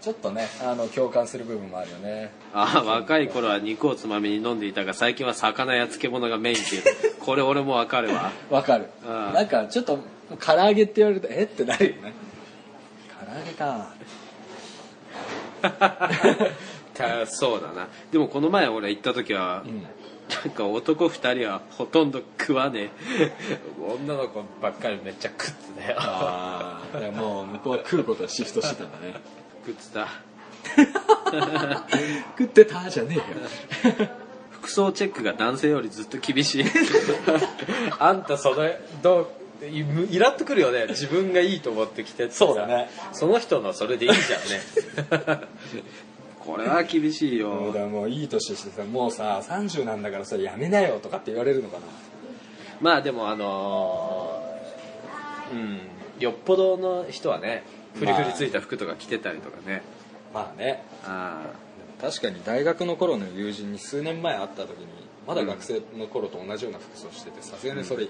[SPEAKER 3] ちょっとねあの共感する部分もあるよね
[SPEAKER 2] あ若い頃は肉をつまみに飲んでいたが最近は魚や漬物がメインっていうこれ俺もわかるわ
[SPEAKER 3] わかる
[SPEAKER 2] ああ
[SPEAKER 3] なんかちょっと唐揚げって言われるとえってなるよね唐揚げか
[SPEAKER 2] たそうだなでもこの前俺行った時は、なんか男二人はほとんど食わねえ女の子ばっかりめっちゃ食ってたよ
[SPEAKER 3] ああだからもう向こうは食うことはシフトしてたんだね
[SPEAKER 2] 食ってた
[SPEAKER 3] 食ってたじゃねえよ
[SPEAKER 2] 服装チェックが男性よりずっと厳しい あんたそのどういイラっとくるよね自分がいいと思ってきて
[SPEAKER 3] そうだね
[SPEAKER 2] その人のそれでいいじゃんね これは厳しい
[SPEAKER 3] そう
[SPEAKER 2] よ
[SPEAKER 3] だもういい年してさもうさ30なんだからそれやめなよとかって言われるのかな
[SPEAKER 2] まあでもあのーうんよっぽどの人はねフリフリついた服とか着てたりとかね、
[SPEAKER 3] まあね
[SPEAKER 2] あ
[SPEAKER 3] 確かに大学の頃の友人に数年前会った時にまだ学生の頃と同じような服装しててさすがにそれ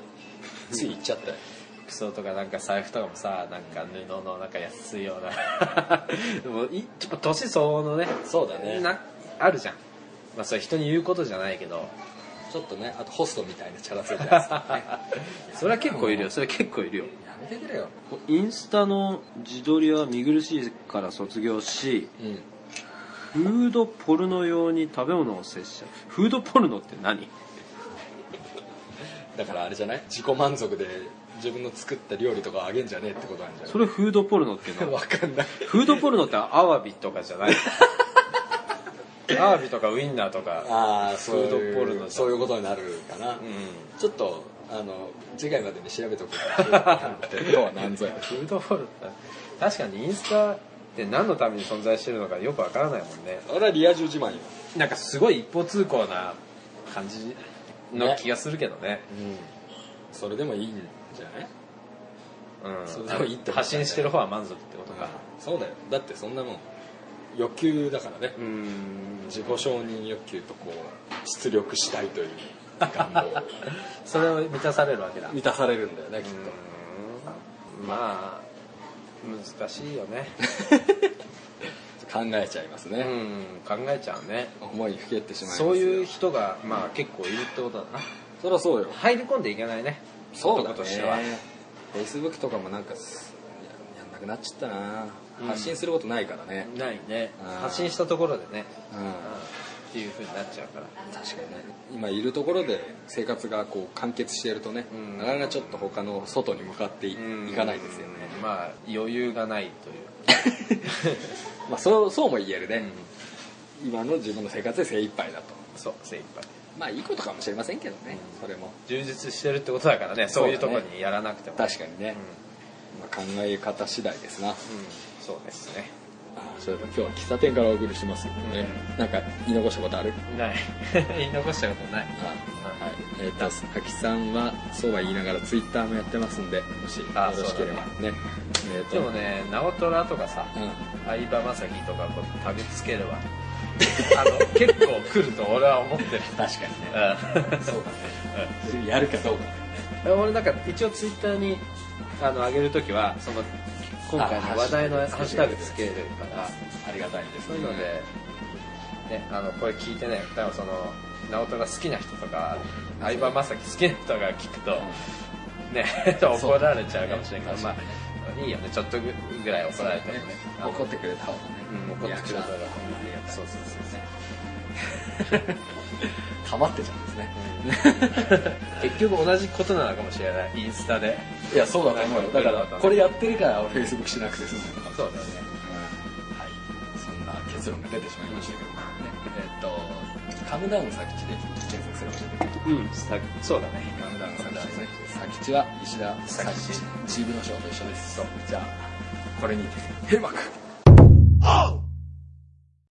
[SPEAKER 3] つい行っちゃったよ
[SPEAKER 2] あ服装とかなんか財布とかもさなんか布のなんか安いようなでもいちょっと年相応のね
[SPEAKER 3] そうだね
[SPEAKER 2] なあるじゃんまあそれ人に言うことじゃないけど
[SPEAKER 3] ちょっとねあとホストみたいなチャラついたやつとかね
[SPEAKER 2] それは結構いるよそれは結構いるよ
[SPEAKER 3] やめてくれよ
[SPEAKER 8] インスタの自撮りは見苦しいから卒業し
[SPEAKER 3] うん
[SPEAKER 8] フードポルノ用に食べ物を摂取フードポルノって何
[SPEAKER 3] だからあれじゃない自己満足で自分の作った料理とかあげんじゃねえってことなんじゃ
[SPEAKER 8] それフードポルノ って
[SPEAKER 3] ない
[SPEAKER 8] の
[SPEAKER 3] わかんない
[SPEAKER 8] フードポルノってあ
[SPEAKER 2] アワビとかじゃないアワビとかウインナーとか
[SPEAKER 3] ああそう
[SPEAKER 2] フードポル
[SPEAKER 3] い
[SPEAKER 2] ノ
[SPEAKER 3] うそういうことになるかな、
[SPEAKER 2] うん
[SPEAKER 3] ちょっとあの次回までに調 べとく今日は何ぞや
[SPEAKER 2] フードボールって確かにインスタって何のために存在してるのかよくわからないもんね
[SPEAKER 3] あれはリア充自慢よ、
[SPEAKER 2] なんかすごい一方通行な感じの気がするけどね
[SPEAKER 3] うん、それでもいいんじゃない
[SPEAKER 2] うん
[SPEAKER 3] それでもいいってことだね
[SPEAKER 2] 発信してる方は満足ってことか
[SPEAKER 3] そうだよだってそんなもん欲求だからね
[SPEAKER 2] うーん
[SPEAKER 3] 自己承認欲求とこう出力したいという願望
[SPEAKER 2] それを満たされるわけだ
[SPEAKER 3] 満たされるんだよねきっ
[SPEAKER 2] うんまあ難しいよね
[SPEAKER 3] と考えちゃいます
[SPEAKER 2] う
[SPEAKER 3] ね、
[SPEAKER 2] ん考えちゃうね
[SPEAKER 3] 思いふけってしまいますよ
[SPEAKER 2] そういう人がまあ結構いるってことだな
[SPEAKER 3] そりゃそうよ
[SPEAKER 2] 入り込んでいけないね男としては
[SPEAKER 3] Facebook とかもなんかすややんなくなっちゃったな、発信することないからね
[SPEAKER 2] ないね
[SPEAKER 3] うん
[SPEAKER 2] 発信したところでね
[SPEAKER 3] うん
[SPEAKER 2] っていう風になっちゃうから
[SPEAKER 3] 確かにね今いるところで生活がこう完結しているとね、
[SPEAKER 2] うん
[SPEAKER 3] なかなかちょっと他の外に向かってい,、かないですよね、
[SPEAKER 2] まあ余裕がないという
[SPEAKER 3] まあ、そうそうも言えるね、今の自分の生活で精一杯だと
[SPEAKER 2] そう精一杯
[SPEAKER 3] まあいいことかもしれませんけどね、それも
[SPEAKER 2] 充実してるってことだからねそういうところにやらなくても
[SPEAKER 3] 確かにね、まあ、考え方次第ですな、
[SPEAKER 2] そうですね
[SPEAKER 3] そういえば今日は喫茶店からお送りしますのでね、なんか言い残したことある
[SPEAKER 2] ない 言い残したことな
[SPEAKER 3] は
[SPEAKER 2] い
[SPEAKER 3] い、えっ、と、佐々木さんは、そうは言いながら、ツイッターもやってますんで、もしよ
[SPEAKER 2] あ
[SPEAKER 3] ろしければね。えっ、と、
[SPEAKER 2] でもね直虎とかさ
[SPEAKER 3] うん、
[SPEAKER 2] 相葉雅紀とかこう旅つけれ ばあの結構来ると俺は思ってる
[SPEAKER 3] 確かにね。
[SPEAKER 2] うん
[SPEAKER 3] そうだね。やるかどうかだよね。
[SPEAKER 2] 俺なんか一応ツイッターにあの上げるときはその今回の話題の
[SPEAKER 3] あ
[SPEAKER 2] ハッシュタグつけるから
[SPEAKER 3] ありがたいです、
[SPEAKER 2] そういうので、ね、あのこれ聞いてね多分その直人が好きな人とか相葉雅紀好きな人が聞くと、ね 怒られちゃうかもしれないから、まあいいよねちょっとぐらい怒られてもねあの
[SPEAKER 3] 怒ってくれた方がね。
[SPEAKER 2] うん怒っ
[SPEAKER 3] リ
[SPEAKER 2] てくれたら
[SPEAKER 3] アクションありがたい
[SPEAKER 2] そうそうそうそう
[SPEAKER 3] かまってちゃうんですね。
[SPEAKER 2] 結局同じことなのかもしれないインスタで
[SPEAKER 3] いや、そうだと思うよ。だか
[SPEAKER 2] な
[SPEAKER 3] ら
[SPEAKER 2] るほど、
[SPEAKER 3] これやってるから、俺、Facebook しなくて済むんだよ
[SPEAKER 2] そうだよね
[SPEAKER 3] はい、そんな結論が出てしまいましたけどね。えっ、と、カムダウン佐吉で検索すれば出てくる。
[SPEAKER 2] うんさそうだね
[SPEAKER 3] カムダウン佐吉ですね。佐吉は石田佐吉。チームの賞と一緒です。そう。じゃあ、これにて、閉幕
[SPEAKER 9] Oh!